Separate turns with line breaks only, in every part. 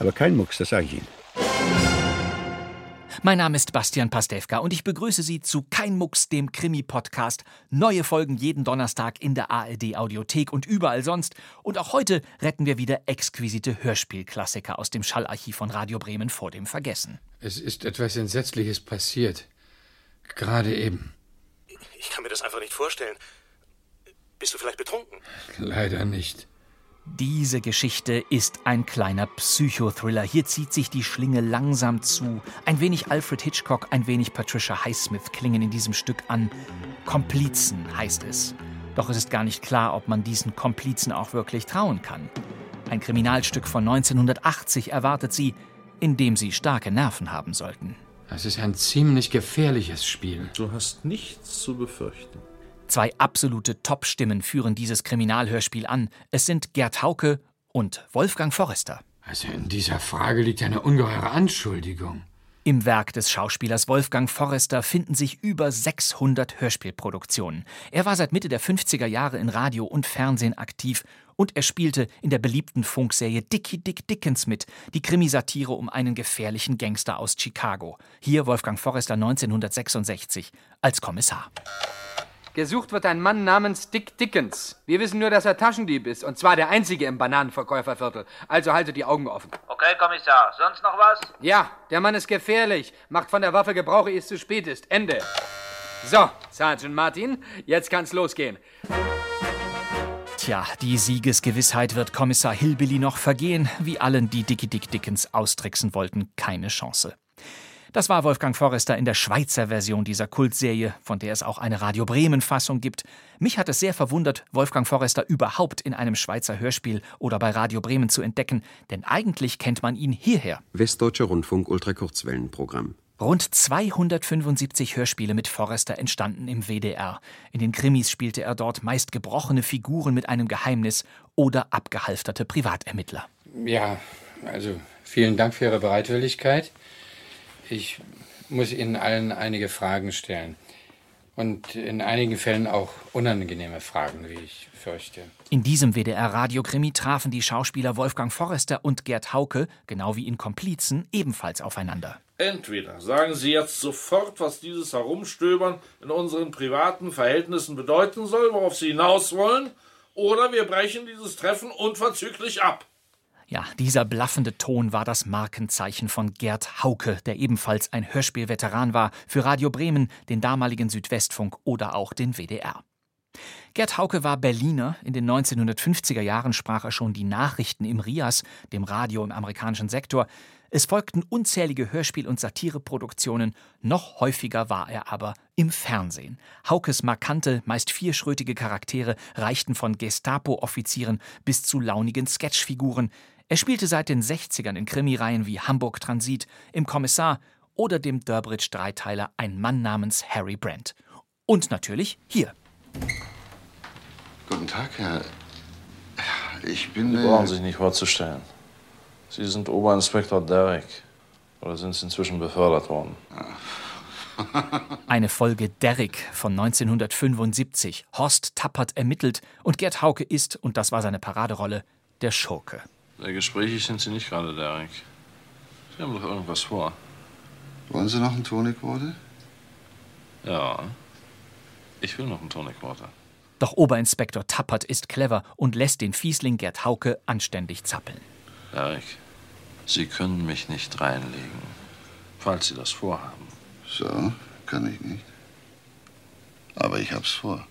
Aber kein Mucks, das sage ich Ihnen.
Mein Name ist Bastian Pastewka und ich begrüße Sie zu Kein Mucks, dem Krimi-Podcast. Neue Folgen jeden Donnerstag in der ARD-Audiothek und überall sonst. Und auch heute retten wir wieder exquisite Hörspielklassiker aus dem Schallarchiv von Radio Bremen vor dem Vergessen.
Es ist etwas Entsetzliches passiert. Gerade eben.
Ich kann mir das einfach nicht vorstellen. Bist du vielleicht betrunken?
Leider nicht.
Diese Geschichte ist ein kleiner Psychothriller. Hier zieht sich die Schlinge langsam zu. Ein wenig Alfred Hitchcock, ein wenig Patricia Highsmith klingen in diesem Stück an. Komplizen heißt es. Doch es ist gar nicht klar, ob man diesen Komplizen auch wirklich trauen kann. Ein Kriminalstück von 1980 erwartet sie, in dem sie starke Nerven haben sollten.
Es ist ein ziemlich gefährliches Spiel.
Du hast nichts zu befürchten.
Zwei absolute Top-Stimmen führen dieses Kriminalhörspiel an. Es sind Gerd Hauke und Wolfgang Forrester.
Also in dieser Frage liegt eine ungeheure Anschuldigung.
Im Werk des Schauspielers Wolfgang Forrester finden sich über 600 Hörspielproduktionen. Er war seit Mitte der 50er Jahre in Radio und Fernsehen aktiv und er spielte in der beliebten Funkserie Dickie Dick Dickens mit, die Krimisatire um einen gefährlichen Gangster aus Chicago. Hier Wolfgang Forrester 1966 als Kommissar.
Gesucht wird ein Mann namens Dick Dickens. Wir wissen nur, dass er Taschendieb ist. Und zwar der einzige im Bananenverkäuferviertel. Also haltet die Augen offen.
Okay, Kommissar, sonst noch was?
Ja, der Mann ist gefährlich. Macht von der Waffe Gebrauch, ehe es zu spät ist. Ende. So, Sergeant Martin, jetzt kann's losgehen.
Tja, die Siegesgewissheit wird Kommissar Hillbilly noch vergehen, wie allen, die Dicky Dick Dickens austricksen wollten, keine Chance. Das war Wolfgang Forrester in der Schweizer Version dieser Kultserie, von der es auch eine Radio Bremen-Fassung gibt. Mich hat es sehr verwundert, Wolfgang Forrester überhaupt in einem Schweizer Hörspiel oder bei Radio Bremen zu entdecken, denn eigentlich kennt man ihn hierher.
Westdeutscher Rundfunk Ultrakurzwellenprogramm.
Rund 275 Hörspiele mit Forrester entstanden im WDR. In den Krimis spielte er dort meist gebrochene Figuren mit einem Geheimnis oder abgehalfterte Privatermittler.
Ja, also vielen Dank für Ihre Bereitwilligkeit. Ich muss Ihnen allen einige Fragen stellen. Und in einigen Fällen auch unangenehme Fragen, wie ich fürchte.
In diesem WDR-Radiokrimi trafen die Schauspieler Wolfgang Forrester und Gerd Hauke, genau wie in Komplizen, ebenfalls aufeinander.
Entweder sagen Sie jetzt sofort, was dieses Herumstöbern in unseren privaten Verhältnissen bedeuten soll, worauf Sie hinaus wollen, oder wir brechen dieses Treffen unverzüglich ab.
Ja, dieser blaffende Ton war das Markenzeichen von Gerd Hauke, der ebenfalls ein Hörspielveteran war für Radio Bremen, den damaligen Südwestfunk oder auch den WDR. Gerd Hauke war Berliner. In den 1950er Jahren sprach er schon die Nachrichten im RIAS, dem Radio im amerikanischen Sektor. Es folgten unzählige Hörspiel- und Satireproduktionen. Noch häufiger war er aber im Fernsehen. Haukes markante, meist vierschrötige Charaktere reichten von Gestapo-Offizieren bis zu launigen Sketchfiguren. Er spielte seit den 60ern in Krimireihen wie Hamburg Transit, im Kommissar oder dem Durbridge-Dreiteiler Ein Mann namens Harry Brent. Und natürlich hier.
Guten Tag, Herr. Ich bin. äh,
Brauchen Sie sich nicht vorzustellen. Sie sind Oberinspektor Derrick. Oder sind Sie inzwischen befördert worden?
Ah.
Eine Folge Derrick von 1975. Horst Tappert ermittelt und Gerd Hauke ist, und das war seine Paraderolle, der Schurke.
Sehr gesprächig sind Sie nicht gerade, Derrick. Sie haben doch irgendwas vor.
Wollen Sie noch ein Tonic Water?
Ja. Ich will noch einen Tonic Water.
Doch Oberinspektor Tappert ist clever und lässt den Fiesling Gerd Hauke anständig zappeln.
Derrick, Sie können mich nicht reinlegen, falls Sie das vorhaben.
So, kann ich nicht. Aber ich hab's vor.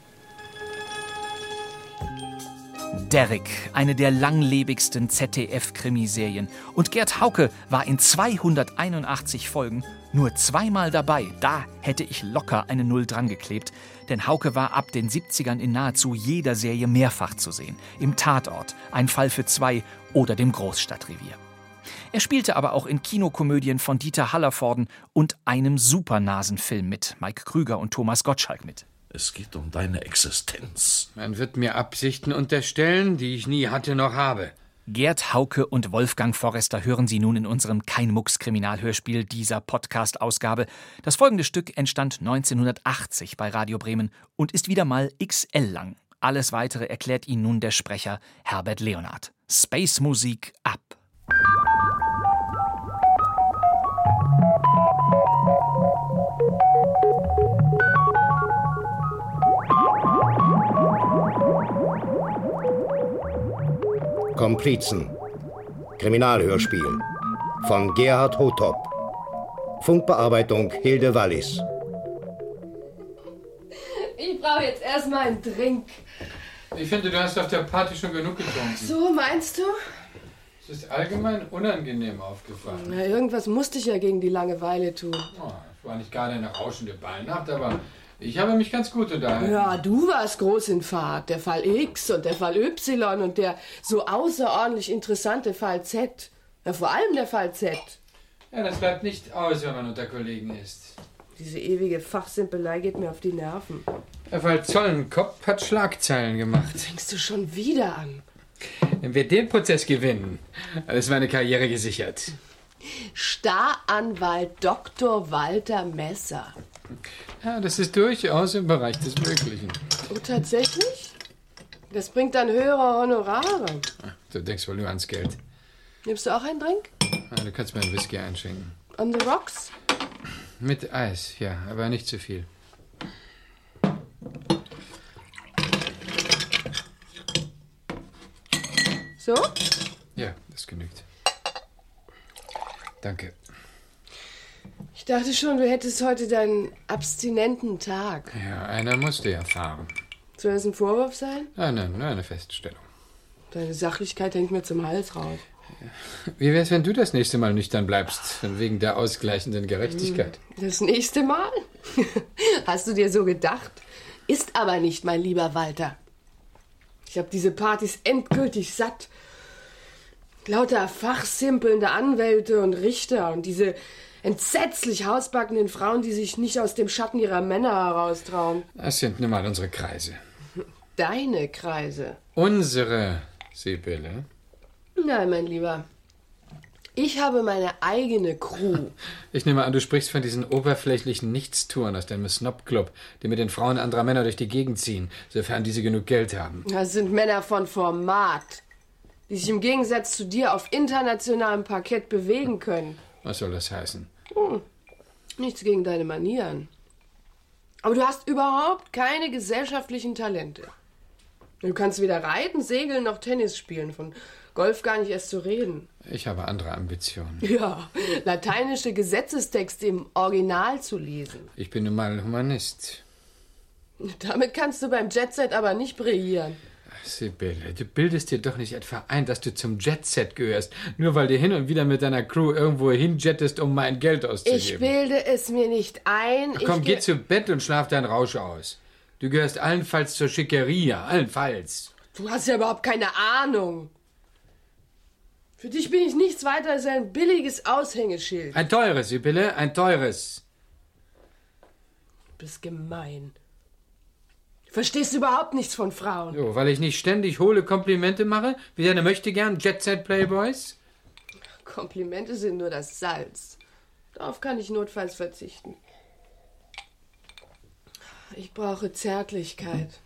Derrick, eine der langlebigsten ZDF-Krimiserien. Und Gerd Hauke war in 281 Folgen nur zweimal dabei. Da hätte ich locker eine Null dran geklebt. Denn Hauke war ab den 70ern in nahezu jeder Serie mehrfach zu sehen. Im Tatort, ein Fall für zwei oder dem Großstadtrevier. Er spielte aber auch in Kinokomödien von Dieter Hallervorden und einem Supernasenfilm mit Mike Krüger und Thomas Gottschalk mit.
Es geht um deine Existenz.
Man wird mir Absichten unterstellen, die ich nie hatte noch habe.
Gerd Hauke und Wolfgang Forrester hören Sie nun in unserem Kein Mucks Kriminalhörspiel dieser Podcast-Ausgabe. Das folgende Stück entstand 1980 bei Radio Bremen und ist wieder mal XL lang. Alles weitere erklärt Ihnen nun der Sprecher Herbert Leonard. Space Musik ab.
Komplizen. Kriminalhörspiel von Gerhard Hotop. Funkbearbeitung Hilde Wallis.
Ich brauche jetzt erstmal einen Drink.
Ich finde, du hast auf der Party schon genug getrunken.
So, meinst du?
Es ist allgemein unangenehm aufgefallen.
Na, irgendwas musste ich ja gegen die Langeweile tun.
Oh, es war nicht gerade eine rauschende Ballnacht, aber ich habe mich ganz gut unterhalten.
Ja, du warst groß in Fahrt. Der Fall X und der Fall Y und der so außerordentlich interessante Fall Z. Ja, vor allem der Fall Z.
Ja, das bleibt nicht aus, wenn man unter Kollegen ist.
Diese ewige Fachsimpelei geht mir auf die Nerven.
Der Fall Zollenkopf hat Schlagzeilen gemacht.
Fängst du schon wieder an?
Wenn wir den Prozess gewinnen, ist meine Karriere gesichert.
Staranwalt Dr. Walter Messer.
Ja, das ist durchaus im Bereich des Möglichen.
Oh, tatsächlich? Das bringt dann höhere Honorare.
Du denkst wohl nur ans Geld.
Nimmst du auch einen Drink?
Ah, Du kannst mir einen Whisky einschenken.
On the rocks?
Mit Eis, ja, aber nicht zu viel.
So?
Ja, das genügt. Danke.
Ich dachte schon, du hättest heute deinen abstinenten Tag.
Ja, einer musste ja fahren.
Soll das ein Vorwurf sein?
Nein, nein, nur eine Feststellung.
Deine Sachlichkeit hängt mir zum Hals raus.
Wie wär's, wenn du das nächste Mal nüchtern bleibst? Von wegen der ausgleichenden Gerechtigkeit.
Hm, Das nächste Mal? Hast du dir so gedacht? Ist aber nicht, mein lieber Walter. Ich habe diese Partys endgültig satt. Lauter fachsimpelnde Anwälte und Richter und diese entsetzlich hausbackenden Frauen, die sich nicht aus dem Schatten ihrer Männer heraustrauen.
Das sind nun mal unsere Kreise.
Deine Kreise.
Unsere Sibylle.
Nein, mein Lieber. Ich habe meine eigene Crew.
Ich nehme an, du sprichst von diesen oberflächlichen Nichtstouren aus dem Snob Club, die mit den Frauen anderer Männer durch die Gegend ziehen, sofern diese genug Geld haben.
Das sind Männer von Format, die sich im Gegensatz zu dir auf internationalem Parkett bewegen können.
Was soll das heißen?
Hm. Nichts gegen deine Manieren. Aber du hast überhaupt keine gesellschaftlichen Talente. Du kannst weder reiten, segeln noch Tennis spielen, von Golf gar nicht erst zu reden.
Ich habe andere Ambitionen.
Ja, lateinische Gesetzestexte im Original zu lesen.
Ich bin nun mal Humanist.
Damit kannst du beim Jetset aber nicht brillieren.
Sibylle, du bildest dir doch nicht etwa ein, dass du zum Jet-Set gehörst, nur weil du hin und wieder mit deiner Crew irgendwo hinjettest, um mein Geld
Ich
auszugeben.
bilde es mir nicht ein.
Ach, komm,
ich
geh zu Bett und schlaf deinen Rausch aus. Du gehörst allenfalls zur Schickeria, allenfalls.
Du hast ja überhaupt keine Ahnung. Für dich bin ich nichts weiter als ein billiges Aushängeschild.
Ein teures, Sibylle, ein teures.
Du bist gemein. Du verstehst überhaupt nichts von Frauen.
So, weil ich nicht ständig hohle Komplimente mache, wie deine Möchtegern Jet-Set-Playboys?
Komplimente sind nur das Salz. Darauf kann ich notfalls verzichten. Ich brauche Zärtlichkeit.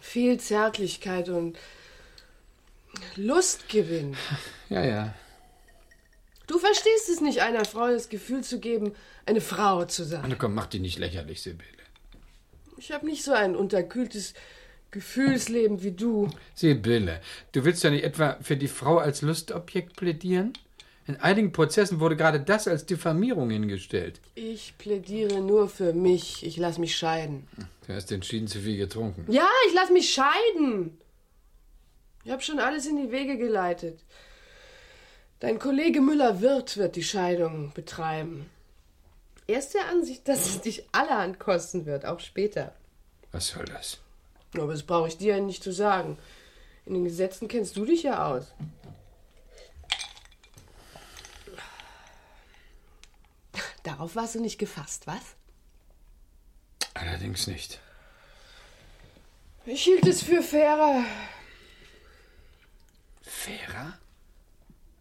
Viel Zärtlichkeit und Lustgewinn.
Ja, ja.
Du verstehst es nicht, einer Frau das Gefühl zu geben, eine Frau zu sein.
Na komm, mach die nicht lächerlich, Sibylle.
Ich habe nicht so ein unterkühltes Gefühlsleben wie du.
Sibylle, du willst ja nicht etwa für die Frau als Lustobjekt plädieren? In einigen Prozessen wurde gerade das als Diffamierung hingestellt.
Ich plädiere nur für mich. Ich lass mich scheiden.
Du hast entschieden zu viel getrunken.
Ja, ich lass mich scheiden. Ich habe schon alles in die Wege geleitet. Dein Kollege Müller-Wirth wird die Scheidung betreiben. Er ist der Ansicht, dass es dich allerhand kosten wird, auch später.
Was soll das?
Aber das brauche ich dir ja nicht zu sagen. In den Gesetzen kennst du dich ja aus. Darauf warst du nicht gefasst, was?
Allerdings nicht.
Ich hielt es für fairer.
Fairer?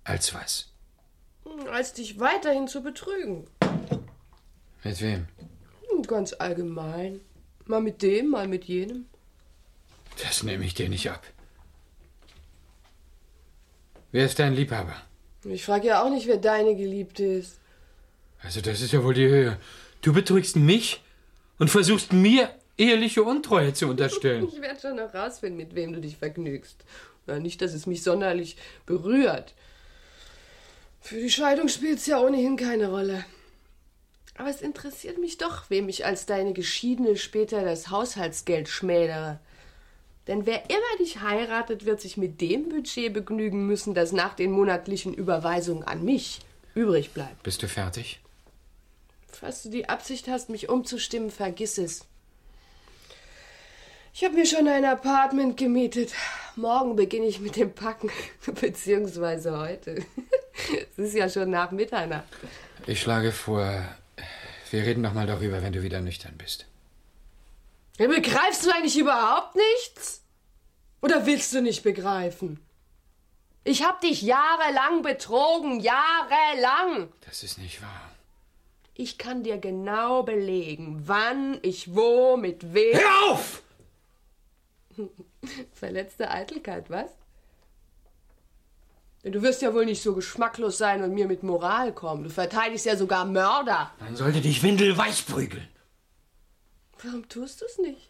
Als was?
Als dich weiterhin zu betrügen. Hm,
Mit wem?
Ganz allgemein. Mal mit dem, mal mit jenem.
Das nehme ich dir nicht ab. Wer ist dein Liebhaber?
Ich frage ja auch nicht, wer deine Geliebte ist.
Also das ist ja wohl die Höhe. Du betrügst mich und versuchst mir eheliche Untreue zu unterstellen.
Ich werde schon noch rausfinden, mit wem du dich vergnügst. Na, nicht, dass es mich sonderlich berührt. Für die Scheidung spielt's ja ohnehin keine Rolle. Aber es interessiert mich doch, wem ich als deine Geschiedene später das Haushaltsgeld schmälere. Denn wer immer dich heiratet, wird sich mit dem Budget begnügen müssen, das nach den monatlichen Überweisungen an mich übrig bleibt.
Bist du fertig?
Falls du die Absicht hast, mich umzustimmen, vergiss es. Ich habe mir schon ein Apartment gemietet. Morgen beginne ich mit dem Packen, beziehungsweise heute. es ist ja schon nach Mitternacht.
Ich schlage vor, wir reden noch mal darüber, wenn du wieder nüchtern bist.
Ja, Begreifst du eigentlich überhaupt nichts? Oder willst du nicht begreifen? Ich hab dich jahrelang betrogen, jahrelang.
Das ist nicht wahr.
Ich kann dir genau belegen, wann, ich wo, mit wem.
Hör auf!
Verletzte Eitelkeit, was? Du wirst ja wohl nicht so geschmacklos sein und mir mit Moral kommen. Du verteidigst ja sogar Mörder.
Man sollte dich windelweich prügeln.
Warum tust du's nicht?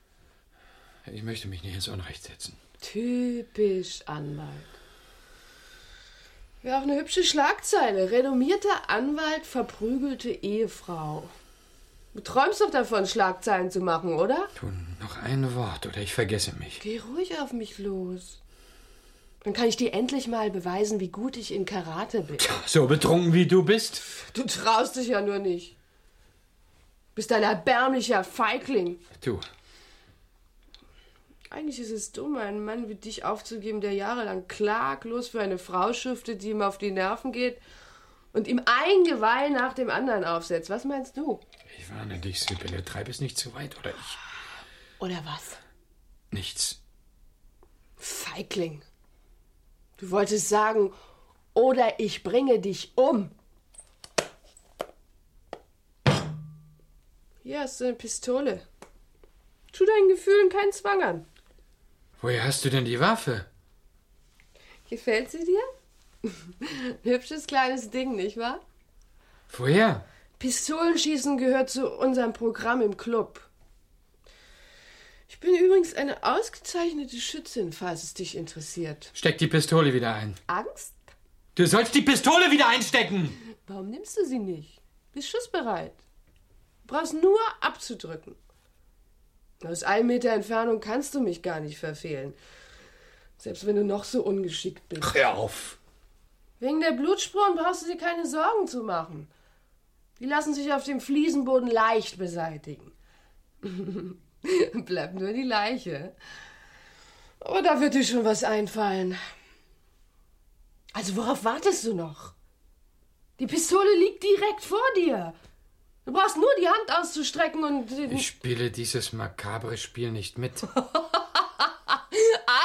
Ich möchte mich nicht ins Unrecht setzen.
Typisch Anwalt. Wäre auch eine hübsche Schlagzeile. Renommierter Anwalt verprügelte Ehefrau. Du träumst doch davon, Schlagzeilen zu machen, oder?
Noch ein Wort oder ich vergesse mich.
Geh ruhig auf mich los. Dann kann ich dir endlich mal beweisen, wie gut ich in Karate bin.
So betrunken wie du bist?
Du traust dich ja nur nicht. Bist ein erbärmlicher Feigling.
Du,
Eigentlich ist es dumm, einen Mann wie dich aufzugeben, der jahrelang klaglos für eine Frau schuftet, die ihm auf die Nerven geht und ihm ein Geweih nach dem anderen aufsetzt. Was meinst du?
ich warne dich, Sibylle. Treib es nicht zu weit oder ich.
Oder was?
Nichts.
Feigling. Du wolltest sagen, oder ich bringe dich um. Hier hast du eine Pistole. Tu deinen Gefühlen keinen Zwang an.
Woher hast du denn die Waffe?
Gefällt sie dir? Hübsches kleines Ding, nicht wahr?
Woher?
Pistolenschießen gehört zu unserem Programm im Club. Ich bin übrigens eine ausgezeichnete Schützin, falls es dich interessiert.
Steck die Pistole wieder ein.
Angst?
Du sollst die Pistole wieder einstecken!
Warum nimmst du sie nicht? Bist schussbereit. Du brauchst nur abzudrücken. Aus einem Meter Entfernung kannst du mich gar nicht verfehlen. Selbst wenn du noch so ungeschickt bist.
Hör auf!
Wegen der Blutspuren brauchst du dir keine Sorgen zu machen. Die lassen sich auf dem Fliesenboden leicht beseitigen. Bleibt nur die Leiche. Aber da wird dir schon was einfallen. Also worauf wartest du noch? Die Pistole liegt direkt vor dir. Du brauchst nur die Hand auszustrecken und den
Ich spiele dieses makabre Spiel nicht mit.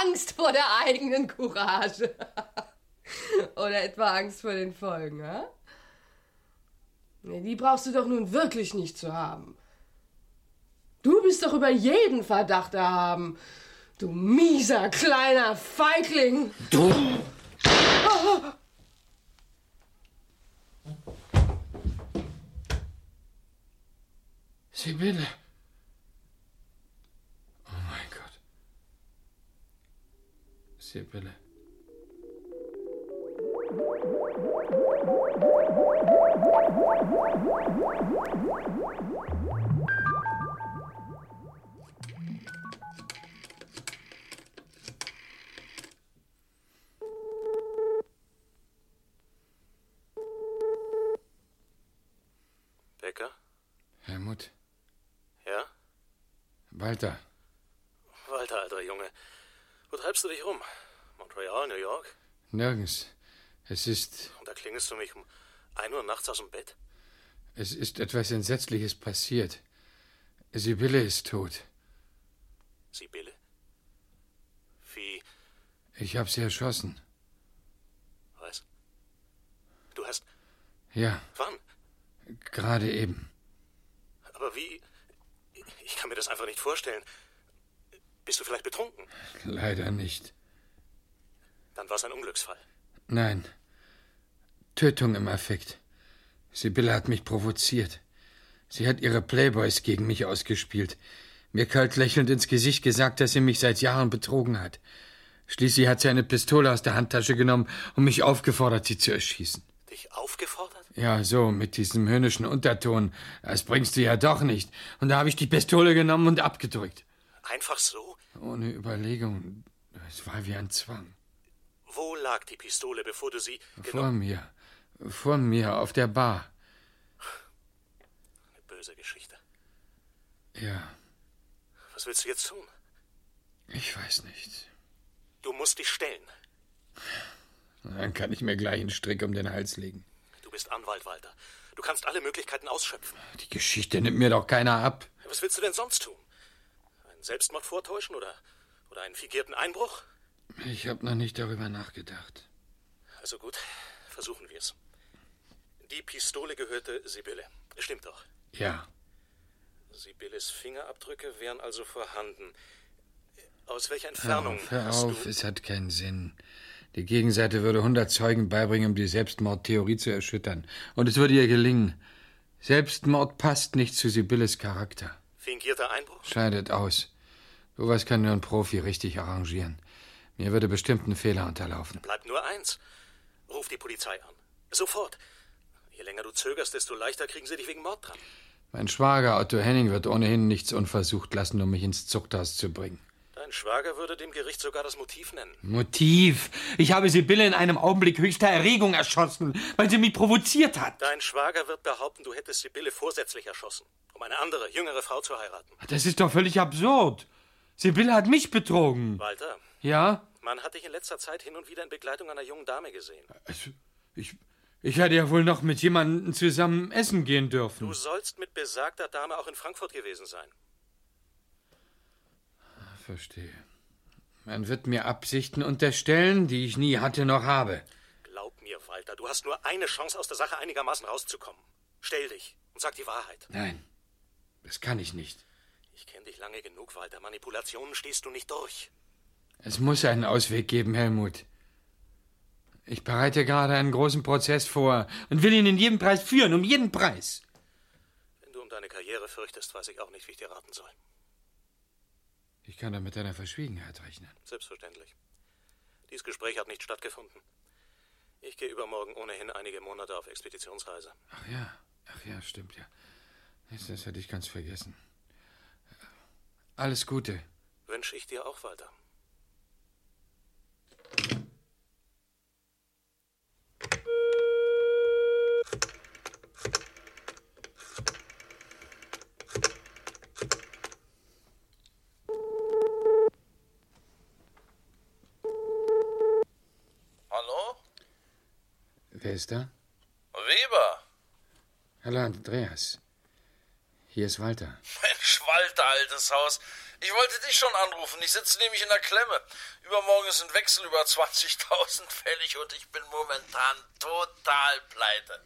Angst vor der eigenen Courage. Oder etwa Angst vor den Folgen, hä? Nee, die brauchst du doch nun wirklich nicht zu haben. Du bist doch über jeden Verdacht erhaben. Du mieser kleiner Feigling.
Du!
Ah,
Sibylle! Oh mein Gott. Sibylle.
Becker?
Helmut,
Ja?
Walter,
Walter, alter Junge. Wo treibst du dich rum? Montreal, New York?
nirgends. Es ist.
Und da klingelst du mich um 1 Uhr nachts aus dem Bett?
Es ist etwas Entsetzliches passiert. Sibylle ist tot.
Sibylle? Wie?
Ich habe sie erschossen.
Was? Du hast.
Ja,
Wann?
gerade eben.
Aber wie? Ich kann mir das einfach nicht vorstellen. Bist du vielleicht betrunken?
Leider nicht.
Dann war es ein Unglücksfall.
Nein. Tötung im Affekt. Sibylle hat mich provoziert. Sie hat ihre Playboys gegen mich ausgespielt, mir kalt lächelnd ins Gesicht gesagt, dass sie mich seit Jahren betrogen hat. Schließlich hat sie eine Pistole aus der Handtasche genommen und mich aufgefordert, sie zu erschießen.
Dich aufgefordert?
Ja, so, mit diesem höhnischen Unterton. Das bringst du ja doch nicht. Und da habe ich die Pistole genommen und abgedrückt.
Einfach so?
Ohne Überlegung. Es war wie ein Zwang.
Wo lag die Pistole, bevor du sie.
Vor mir. Vor mir, auf der Bar.
Eine böse Geschichte.
Ja,
Was willst du jetzt tun?
ich weiß nicht.
Du musst dich stellen.
Dann kann ich mir gleich einen Strick um den Hals legen.
Du bist Anwalt, Walter. Du kannst alle Möglichkeiten ausschöpfen.
Die Geschichte nimmt mir doch keiner ab.
Was willst du denn sonst tun? Einen Selbstmord vortäuschen oder, oder einen figierten Einbruch?
Ich habe noch nicht darüber nachgedacht.
Also gut, versuchen wir es. Die Pistole gehörte Sibylle. Stimmt doch.
Ja,
Sibylles Fingerabdrücke wären also vorhanden. Aus welcher Entfernung
hör
hast
auf, hör auf es hat keinen Sinn. Die Gegenseite würde hundert Zeugen beibringen, um die Selbstmordtheorie zu erschüttern. Und es würde ihr gelingen. Selbstmord passt nicht zu Sibylles Charakter.
du fingierter Einbruch?
Scheidet aus. Sowas kann nur ein Profi richtig arrangieren. Mir würde bestimmt ein Fehler unterlaufen.
Bleibt nur eins. Ruf die Polizei an. Sofort. Je länger du zögerst, desto leichter kriegen sie dich wegen Mord dran.
Mein Schwager Otto Henning wird ohnehin nichts unversucht lassen, um mich ins Zuchthaus zu bringen.
Dein Schwager würde dem Gericht sogar das Motiv nennen.
Motiv. Ich habe Sibylle in einem Augenblick höchster Erregung erschossen, weil sie mich provoziert hat.
Dein Schwager wird behaupten, du hättest Sibylle vorsätzlich erschossen, um eine andere, jüngere Frau zu heiraten.
Das ist doch völlig absurd. Sibylle hat mich betrogen.
Walter,
Ja?
man hat dich in letzter Zeit hin und wieder in Begleitung einer jungen Dame gesehen.
Also, ich, ich hätte ja wohl noch mit jemandem zusammen essen gehen dürfen.
Du sollst mit besagter Dame auch in Frankfurt gewesen sein.
Ah, Verstehe. Man wird mir Absichten unterstellen, die ich nie hatte noch habe.
Glaub mir, Walter, du hast nur eine Chance, aus der Sache einigermaßen rauszukommen. Stell dich und sag die Wahrheit.
Nein, das kann ich nicht.
Ich kenne dich lange genug, Walter. Manipulationen stehst du nicht durch.
Es muss einen Ausweg geben, Helmut. Ich bereite gerade einen großen Prozess vor und will ihn in jedem Preis führen, um jeden Preis.
Wenn du um deine Karriere fürchtest, weiß ich auch nicht, wie ich dir raten soll.
Ich kann da mit deiner Verschwiegenheit rechnen.
Selbstverständlich. Dies Gespräch hat nicht stattgefunden. Ich gehe übermorgen ohnehin einige Monate auf Expeditionsreise.
Ach ja, ach ja, stimmt ja. Das, das hätte ich ganz vergessen. Alles Gute.
Wünsche ich dir auch, Walter.
Hallo?
Wer ist da?
Weber?
Hallo, Andreas. Hier ist Walter.
Mensch, Walter, altes Haus. Ich wollte dich schon anrufen. Ich sitze nämlich in der Klemme. Übermorgen ist ein Wechsel über 20.000 fällig und ich bin momentan total pleite.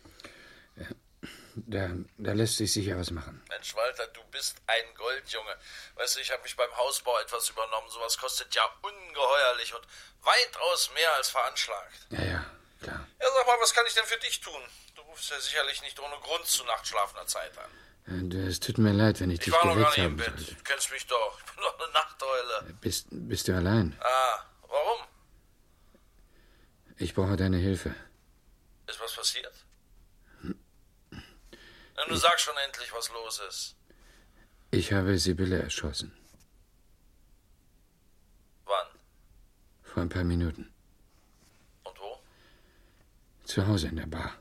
Da, da lässt sich sicher was machen.
Mensch, Walter, du bist ein Goldjunge. Weißt du, ich habe mich beim Hausbau etwas übernommen. Sowas kostet ja ungeheuerlich und weitaus mehr als veranschlagt.
Ja, ja.
Ja, sag mal, was kann ich denn für dich tun? Du rufst ja sicherlich nicht ohne Grund zu nachtschlafender Zeit an.
Und, äh, Es tut mir leid, wenn ich,
Ich
dich
war noch gar
geweckt
nicht im
habe.
Bett. Du kennst mich doch. Ich bin doch eine Nachteule.
Bist, bist du allein?
Ah, warum?
Ich brauche deine Hilfe.
Ist was passiert? Na, nun sag schon endlich, was los ist.
Ich habe Sibylle erschossen.
Wann?
Vor ein paar Minuten.
Und wo?
Zu Hause in der Bar.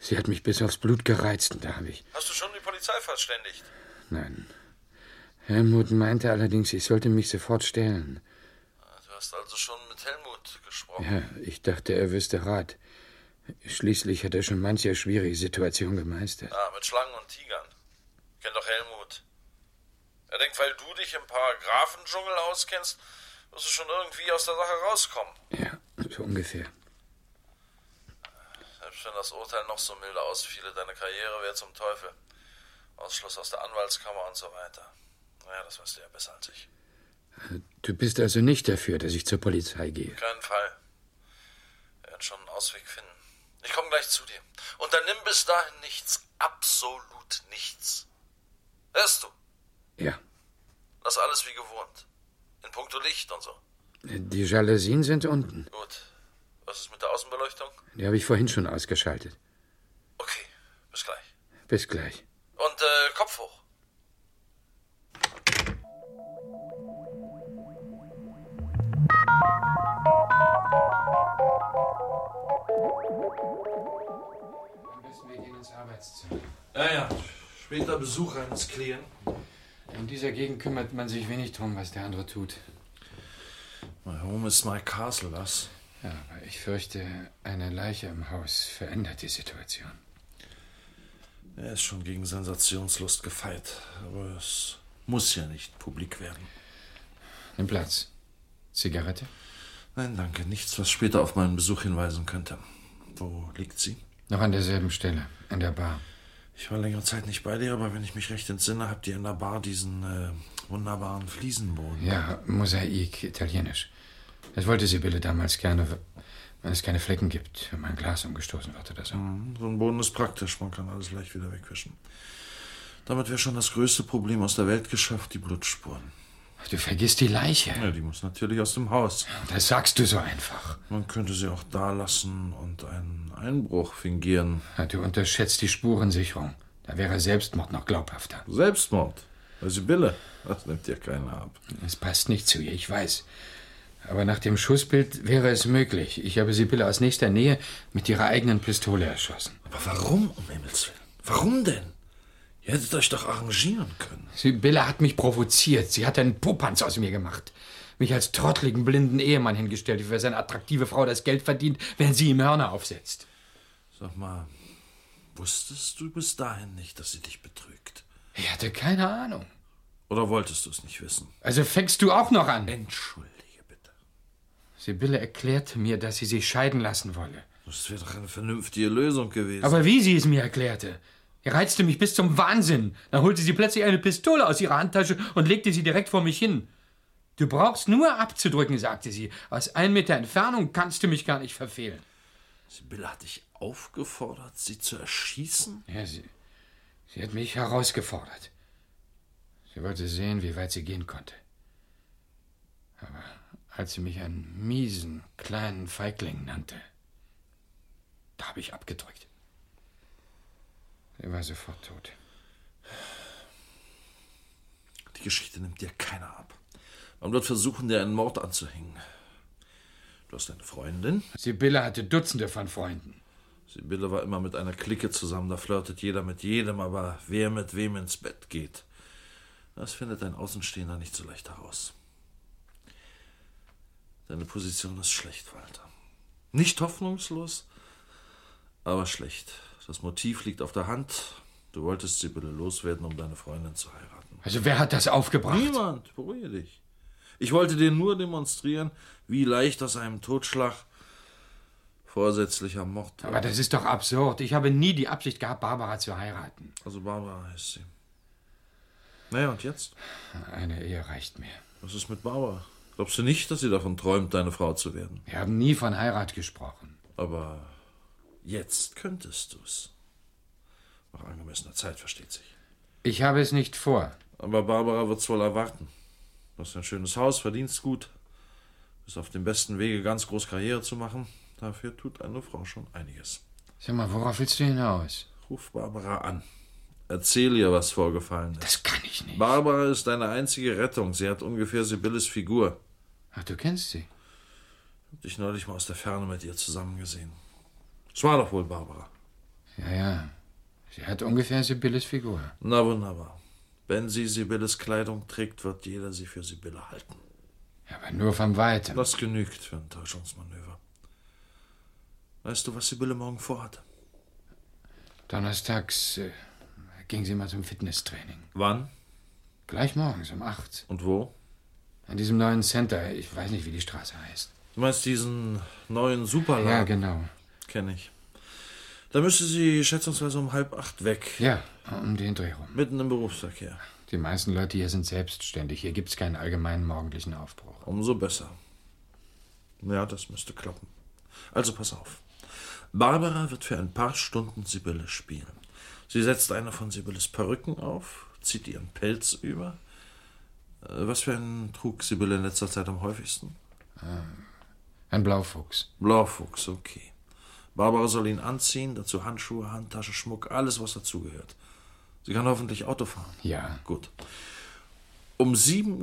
Sie hat mich bis aufs Blut gereizt und da habe ich.
Hast du schon die Polizei verständigt?
Nein. Helmut meinte allerdings, ich sollte mich sofort stellen.
Ah, Du hast also schon mit Helmut gesprochen.
Ja, ich dachte, er wüsste Rat. Schließlich hat er schon manche schwierige Situation gemeistert.
Ah, mit Schlangen und Tigern. Kennt doch Helmut. Er denkt, weil du dich im Paragraphendschungel auskennst, wirst du schon irgendwie aus der Sache rauskommen.
Ja, so ungefähr.
Selbst wenn das Urteil noch so milde ausfiele, deine Karriere wäre zum Teufel. Ausschluss aus der Anwaltskammer und so weiter. Naja, das weißt du ja besser als ich.
Du bist also nicht dafür, dass ich zur Polizei gehe.
Keinen Fall. Wir werden schon einen Ausweg finden. Ich komme gleich zu dir. Und dann nimm bis dahin nichts. Absolut nichts. Hörst du?
Ja.
Lass alles wie gewohnt. In puncto Licht und so.
Die Jalousien sind unten.
Gut. Was ist mit der Außenbeleuchtung?
Die habe ich vorhin schon ausgeschaltet.
Okay, bis gleich.
Bis gleich.
Und äh, Kopf hoch.
Am besten wir gehen ins Arbeitszimmer.
Ja, ja. Später Besuch eines Klienten.
In dieser Gegend kümmert man sich wenig drum, was der andere tut.
My home is my castle, was?
Ja, aber ich fürchte, eine Leiche im Haus verändert die Situation.
Er ist schon gegen Sensationslust gefeit, aber es muss ja nicht publik werden.
Nimm Platz. Zigarette?
Nein, danke. Nichts, was später auf meinen Besuch hinweisen könnte. Wo liegt sie?
Noch an derselben Stelle, an der Bar.
Ich war längere Zeit nicht bei dir, aber wenn ich mich recht entsinne, habt ihr in der Bar diesen äh, wunderbaren Fliesenboden.
Ja, Mosaik, italienisch. Das wollte Sibylle damals gerne, weil es keine Flecken gibt, wenn mein Glas umgestoßen wird oder so.
Mhm, So ein Boden ist praktisch, man kann alles leicht wieder wegwischen. Damit wäre schon das größte Problem aus der Welt geschafft, die Blutspuren.
Du vergisst die Leiche.
Ja, die muss natürlich aus dem Haus.
Das sagst du so einfach.
Man könnte sie auch da lassen und einen Einbruch fingieren.
du unterschätzt die Spurensicherung. Da wäre Selbstmord noch glaubhafter.
Selbstmord? Bei Sibylle? Das nimmt dir keiner ab.
Es passt nicht zu ihr, ich weiß. Aber nach dem Schussbild wäre es möglich. Ich habe Sibylle aus nächster Nähe mit ihrer eigenen Pistole erschossen.
Aber warum, um Himmels Willen? Warum denn? Ihr hättet euch doch arrangieren können.
Sibylle hat mich provoziert. Sie hat einen Popanz aus mir gemacht. Mich als trottligen, blinden Ehemann hingestellt, der für seine attraktive Frau das Geld verdient, während sie ihm Hörner aufsetzt.
Sag mal, wusstest du bis dahin nicht, dass sie dich betrügt?
Ich hatte keine Ahnung.
Oder wolltest du es nicht wissen?
Also fängst du auch noch an.
Entschuldige
bitte. Sibylle erklärte mir, dass sie sich scheiden lassen wolle.
Das wäre doch eine vernünftige Lösung gewesen.
Aber wie sie es mir erklärte. Er reizte mich bis zum Wahnsinn. Dann holte sie plötzlich eine Pistole aus ihrer Handtasche und legte sie direkt vor mich hin. Du brauchst nur abzudrücken, sagte sie. Aus einem Meter Entfernung kannst du mich gar nicht verfehlen.
Sibylle hat dich aufgefordert, sie zu erschießen?
Ja, sie, sie hat mich herausgefordert. Sie wollte sehen, wie weit sie gehen konnte. Aber als sie mich einen miesen, kleinen Feigling nannte, da habe ich abgedrückt. Sie war sofort tot.
Die Geschichte nimmt dir keiner ab. Man wird versuchen, dir einen Mord anzuhängen. Du hast eine Freundin.
Sibylle hatte Dutzende von Freunden.
Sibylle war immer mit einer Clique zusammen. Da flirtet jeder mit jedem, aber wer mit wem ins Bett geht, das findet ein Außenstehender nicht so leicht heraus. Deine Position ist schlecht, Walter. Nicht hoffnungslos, aber schlecht. Das Motiv liegt auf der Hand. Du wolltest Sibylle loswerden, um deine Freundin zu heiraten.
Also wer hat das aufgebracht?
Niemand, beruhige dich. Ich wollte dir nur demonstrieren, wie leicht aus einem Totschlag vorsätzlicher Mord wird.
Aber das ist doch absurd. Ich habe nie die Absicht gehabt, Barbara zu heiraten.
Also Barbara heißt sie. Naja, und jetzt?
Eine Ehe reicht mir.
Was ist mit Barbara? Glaubst du nicht, dass sie davon träumt, deine Frau zu werden?
Wir haben nie von Heirat gesprochen.
Aber jetzt könntest du's. Nach angemessener Zeit, versteht sich.
Ich habe es nicht vor.
Aber Barbara wird's wohl erwarten. Du hast ein schönes Haus, verdienst gut. Bist auf dem besten Wege, ganz groß Karriere zu machen. Dafür tut eine Frau schon einiges.
Sag mal, worauf willst du hinaus?
Ruf Barbara Äh, an. Erzähl ihr, was vorgefallen ist.
Das kann ich nicht.
Barbara ist deine einzige Rettung. Sie hat ungefähr Sibylles Figur.
Ach, du kennst sie.
Hab dich neulich mal aus der Ferne mit ihr zusammengesehen. Es war doch wohl Barbara.
Ja, ja. Sie hat ungefähr Sibylles Figur.
Na wunderbar. Wenn sie Sibylles Kleidung trägt, wird jeder sie für Sibylle halten.
Aber nur von weitem.
Das genügt für ein Täuschungsmanöver. Weißt du, was Sibylle morgen vorhat?
Donnerstags äh, ging sie mal zum Fitnesstraining.
Wann?
Gleich morgens um 8.
Und wo?
An diesem neuen Center. Ich weiß nicht, wie die Straße heißt.
Du meinst diesen neuen Superladen?
Ja, genau.
Kenne ich. Da müsste sie schätzungsweise um halb acht weg.
Ja, um den Dreh rum.
Mitten im Berufsverkehr.
Die meisten Leute hier sind selbstständig. Hier gibt's keinen allgemeinen morgendlichen Aufbruch.
Umso besser. Ja, das müsste klappen. Also pass auf. Barbara wird für ein paar Stunden Sibylle spielen. Sie setzt eine von Sibylles Perücken auf, zieht ihren Pelz über. Äh, Was für einen trug Sibylle in letzter Zeit am häufigsten?
Ah, Ein Blaufuchs.
Blaufuchs, okay. Barbara soll ihn anziehen, dazu Handschuhe, Handtasche, Schmuck, alles, was dazugehört. Sie kann hoffentlich Auto fahren.
Ja.
Gut. Um 7.30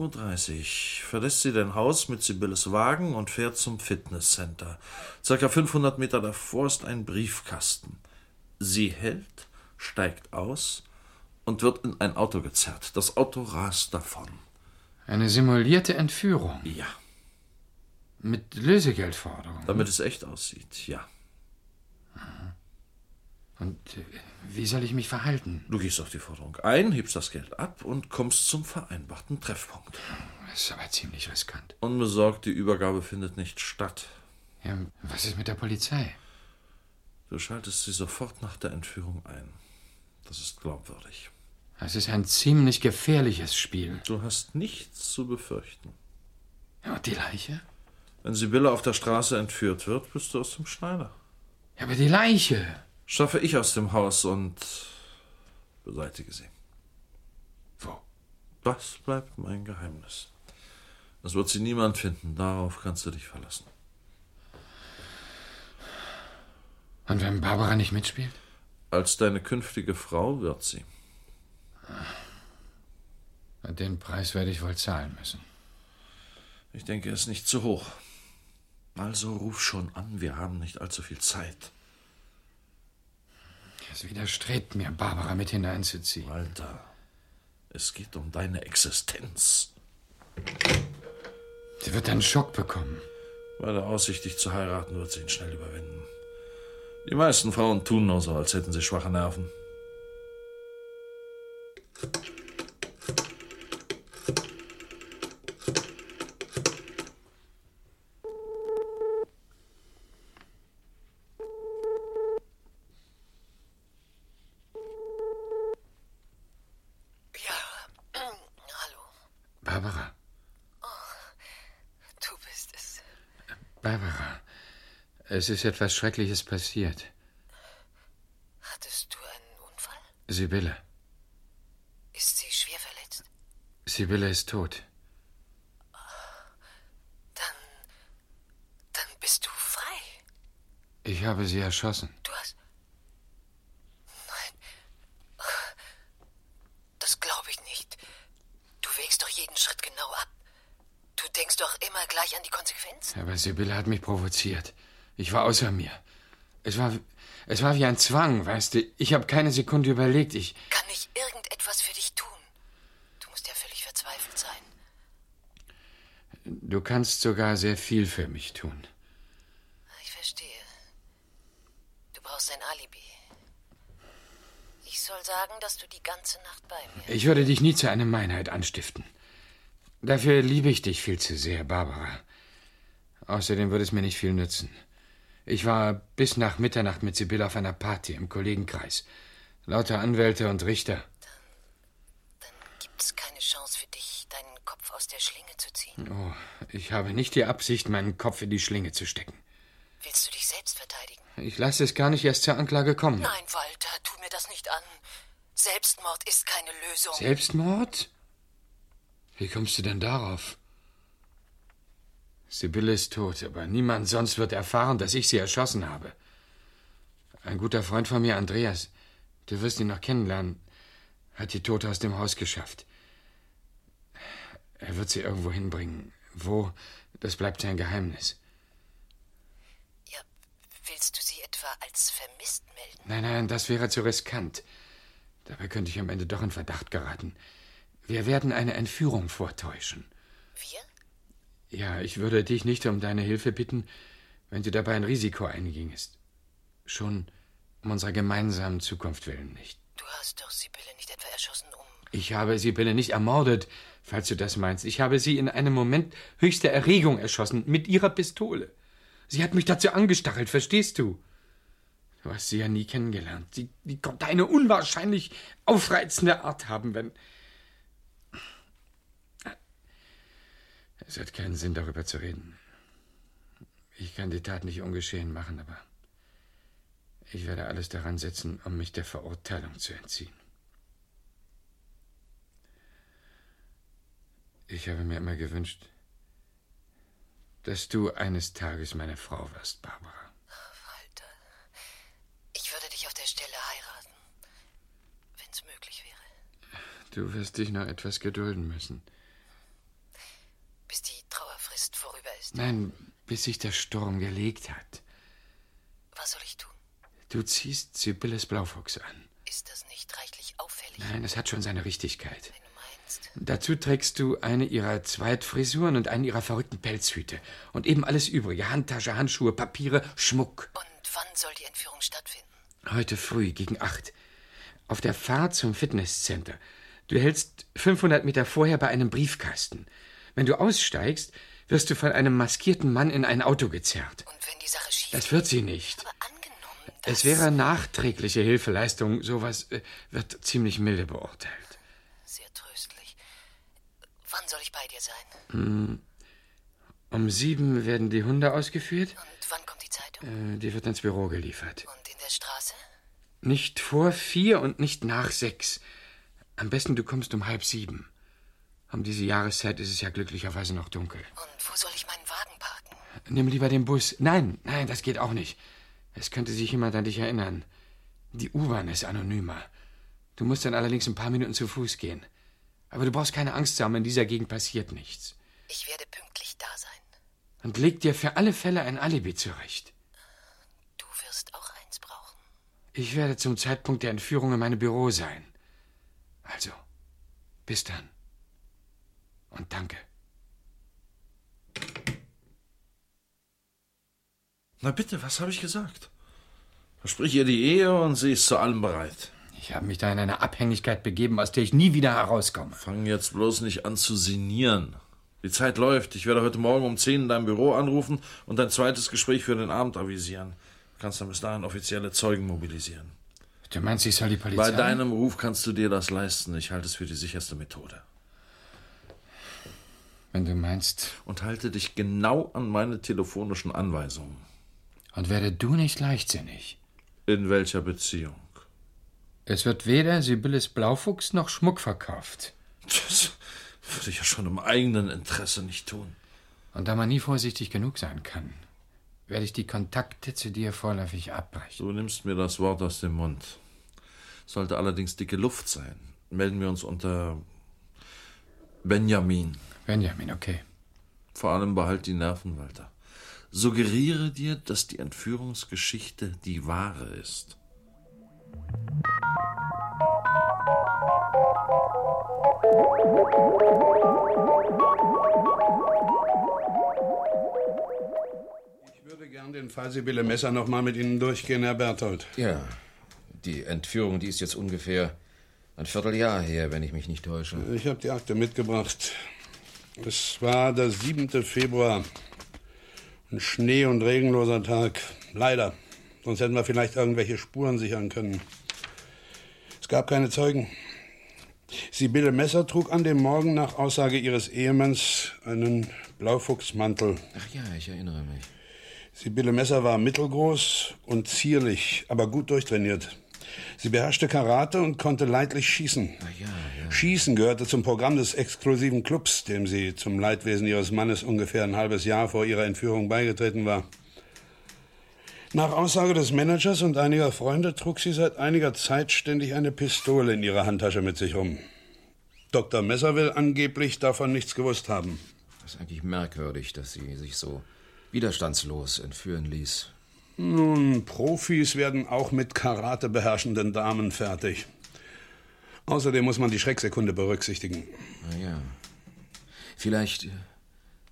Uhr verlässt sie dein Haus mit Sibylles Wagen und fährt zum Fitnesscenter. Circa 500 Meter davor ist ein Briefkasten. Sie hält, steigt aus und wird in ein Auto gezerrt. Das Auto rast davon.
Eine simulierte Entführung.
Ja.
Mit Lösegeldforderung.
Damit es echt aussieht, ja.
Und äh, wie soll ich mich verhalten?
Du gehst auf die Forderung ein, hebst das Geld ab und kommst zum vereinbarten Treffpunkt.
Das ist aber ziemlich riskant.
Unbesorgt, die Übergabe findet nicht statt.
Ja, was ist mit der Polizei?
Du schaltest sie sofort nach der Entführung ein. Das ist glaubwürdig.
Es ist ein ziemlich gefährliches Spiel.
Du hast nichts zu befürchten.
Ja, und die Leiche?
Wenn Sibylle auf der Straße entführt wird, bist du aus dem Schneider.
Ja, aber die Leiche.
Schaffe ich aus dem Haus und beseitige sie.
Wo?
Das bleibt mein Geheimnis. Es wird sie niemand finden. Darauf kannst du dich verlassen.
Und wenn Barbara nicht mitspielt?
Als deine künftige Frau wird sie.
Den Preis werde ich wohl zahlen müssen.
Ich denke, er ist nicht zu hoch. Also ruf schon an, wir haben nicht allzu viel Zeit.
Es widerstrebt mir, Barbara mit hineinzuziehen.
Walter, es geht um deine Existenz.
Sie wird einen Schock bekommen.
Bei der Aussicht, dich zu heiraten, wird sie ihn schnell überwinden. Die meisten Frauen tun nur so, als hätten sie schwache Nerven.
Ja, hallo,
Barbara,
du bist es.
Barbara, es ist etwas Schreckliches passiert.
Hattest du einen Unfall?
Sibylle,
Ist sie schwer verletzt?
Sibylle ist tot.
Dann. dann bist du frei.
Ich habe sie erschossen.
Du hast. Nein. Das glaube ich nicht. Du wägst doch jeden Schritt genau ab. Du denkst doch immer gleich an die Konsequenzen.
Aber Sibylle hat mich provoziert. Ich war außer mir. Es war, es war wie ein Zwang, weißt du. Ich habe keine Sekunde überlegt. Ich,
Kann ich irgendetwas für dich tun? Du musst ja völlig verzweifelt sein.
du kannst sogar sehr viel für mich tun.
Ich verstehe. Du brauchst ein Alibi. Ich soll sagen, dass du die ganze Nacht bei mir.
Ich würde dich nie zu einer Meinheit anstiften. Dafür liebe ich dich viel zu sehr, Barbara. Außerdem würde es mir nicht viel nützen. Ich war bis nach Mitternacht mit Sibylle auf einer Party im Kollegenkreis. Lauter Anwälte und Richter.
Gibt es keine Chance für dich, deinen Kopf aus der Schlinge zu ziehen?
Oh, ich habe nicht die Absicht, meinen Kopf in die Schlinge zu stecken.
Willst du dich selbst verteidigen?
Ich lasse es gar nicht erst zur Anklage kommen.
Nein, Walter, tu mir das nicht an. Selbstmord ist keine Lösung.
Selbstmord? Wie kommst du denn darauf? Sibylle ist tot, aber niemand sonst wird erfahren, dass ich sie erschossen habe. Ein guter Freund von mir, Andreas, du wirst ihn noch kennenlernen, hat die Tote aus dem Haus geschafft. Er wird sie irgendwo hinbringen. Wo, das bleibt sein Geheimnis.
ja, willst du sie etwa als vermisst melden?
Nein, nein, das wäre zu riskant. Dabei könnte ich am Ende doch in Verdacht geraten. Wir werden eine Entführung vortäuschen.
Wir?
Ja, ich würde dich nicht um deine Hilfe bitten, wenn du dabei ein Risiko eingingest. Schon um unserer gemeinsamen Zukunft willen nicht.
Du hast doch Sibylle nicht etwa erschossen, um.
Ich habe Sibylle nicht ermordet, falls du das meinst. Ich habe sie in einem Moment höchster Erregung erschossen, mit ihrer Pistole. Sie hat mich dazu angestachelt, verstehst du? Du hast sie ja nie kennengelernt. Sie, die konnte eine unwahrscheinlich aufreizende Art haben, wenn. Es hat keinen Sinn, darüber zu reden. Ich kann die Tat nicht ungeschehen machen, aber ich werde alles daran setzen, um mich der Verurteilung zu entziehen. Ich habe mir immer gewünscht, dass du eines Tages meine Frau wirst, Barbara.
Ich würde dich auf der Stelle heiraten, wenn es möglich wäre.
Du wirst dich noch etwas gedulden müssen.
Bis die Trauerfrist vorüber ist.
Nein, bis sich der Sturm gelegt hat.
Was soll ich tun?
Du ziehst Sibylles Blaufuchs an.
Ist das nicht reichlich auffällig?
Nein, es hat schon seine Richtigkeit. Dazu trägst du eine ihrer Zweitfrisuren und eine ihrer verrückten Pelzhüte. Und eben alles übrige: Handtasche, Handschuhe, Papiere, Schmuck.
Und wann soll die Entführung stattfinden?
Heute früh gegen acht. Auf der Fahrt zum Fitnesscenter. Du hältst 500 Meter vorher bei einem Briefkasten. Wenn du aussteigst, wirst du von einem maskierten Mann in ein Auto gezerrt. Und wenn die Sache schief Das wird sie nicht. Aber angenommen, es wäre nachträgliche Hilfeleistung. Sowas äh, wird ziemlich milde beurteilt.
Sehr tröstlich. Wann soll ich bei dir sein?
Hm. Um sieben werden die Hunde ausgeführt.
Und wann kommt die Zeitung?
Äh, die wird ins Büro geliefert.
Und in der Straße?
Nicht vor vier und nicht nach sechs. Am besten du kommst um halb sieben. Um diese Jahreszeit ist es ja glücklicherweise noch dunkel.
Und wo soll ich meinen Wagen parken?
Nimm lieber den Bus. Nein, nein, das geht auch nicht. Es könnte sich jemand an dich erinnern. Die U-Bahn ist anonymer. Du musst dann allerdings ein paar Minuten zu Fuß gehen. Aber du brauchst keine Angst zu haben, in dieser Gegend passiert nichts.
Ich werde pünktlich da sein.
Und leg dir für alle Fälle ein Alibi zurecht.
Du wirst auch eins brauchen.
Ich werde zum Zeitpunkt der Entführung in meinem Büro sein. Also, bis dann. Und danke.
Na bitte, was habe ich gesagt? Versprich ihr die Ehe und sie ist zu allem bereit.
Ich habe mich da in eine Abhängigkeit begeben, aus der ich nie wieder herauskomme.
Fang jetzt bloß nicht an zu sinnieren. Die Zeit läuft. Ich werde heute Morgen um 10 in deinem Büro anrufen und ein zweites Gespräch für den Abend avisieren. Du kannst dann bis dahin offizielle Zeugen mobilisieren.
Du meinst, ich soll die
Bei
Polizei.
deinem Ruf kannst du dir das leisten. Ich halte es für die sicherste Methode.
Wenn du meinst.
Und halte dich genau an meine telefonischen Anweisungen.
Und werde du nicht leichtsinnig.
In welcher Beziehung?
Es wird weder Sibylles Blaufuchs noch Schmuck verkauft.
Das würde ich ja schon im eigenen Interesse nicht tun.
Und da man nie vorsichtig genug sein kann, werde ich die Kontakte zu dir vorläufig abbrechen.
Du nimmst mir das Wort aus dem Mund. Sollte allerdings dicke Luft sein. Melden wir uns unter Benjamin.
Benjamin, okay.
Vor allem behalt die Nerven, Walter. Suggeriere dir, dass die Entführungsgeschichte die wahre ist.
Ich würde gern den Fall Sibylle Messer noch mal mit Ihnen durchgehen, Herr Berthold.
Ja, die Entführung, die ist jetzt ungefähr ein Vierteljahr her, wenn ich mich nicht täusche.
Ich habe die Akte mitgebracht. Es war der 7. Februar. Ein schnee- und regenloser Tag. Leider. Sonst hätten wir vielleicht irgendwelche Spuren sichern können. Es gab keine Zeugen. Sibylle Messer trug an dem Morgen nach Aussage ihres Ehemanns einen Blaufuchsmantel.
Ach ja, ich erinnere mich.
Sibylle Messer war mittelgroß und zierlich, aber gut durchtrainiert. Sie beherrschte Karate und konnte leidlich schießen. Schießen gehörte zum Programm des exklusiven Clubs, dem sie zum Leidwesen ihres Mannes ungefähr ein halbes Jahr vor ihrer Entführung beigetreten war. Nach Aussage des Managers und einiger Freunde trug sie seit einiger Zeit ständig eine Pistole in ihrer Handtasche mit sich rum. Dr. Messer will angeblich davon nichts gewusst haben.
Das ist eigentlich merkwürdig, dass sie sich so widerstandslos entführen ließ.
Nun, Profis werden auch mit Karate beherrschenden Damen fertig. Außerdem muss man die Schrecksekunde berücksichtigen.
Naja. Vielleicht äh,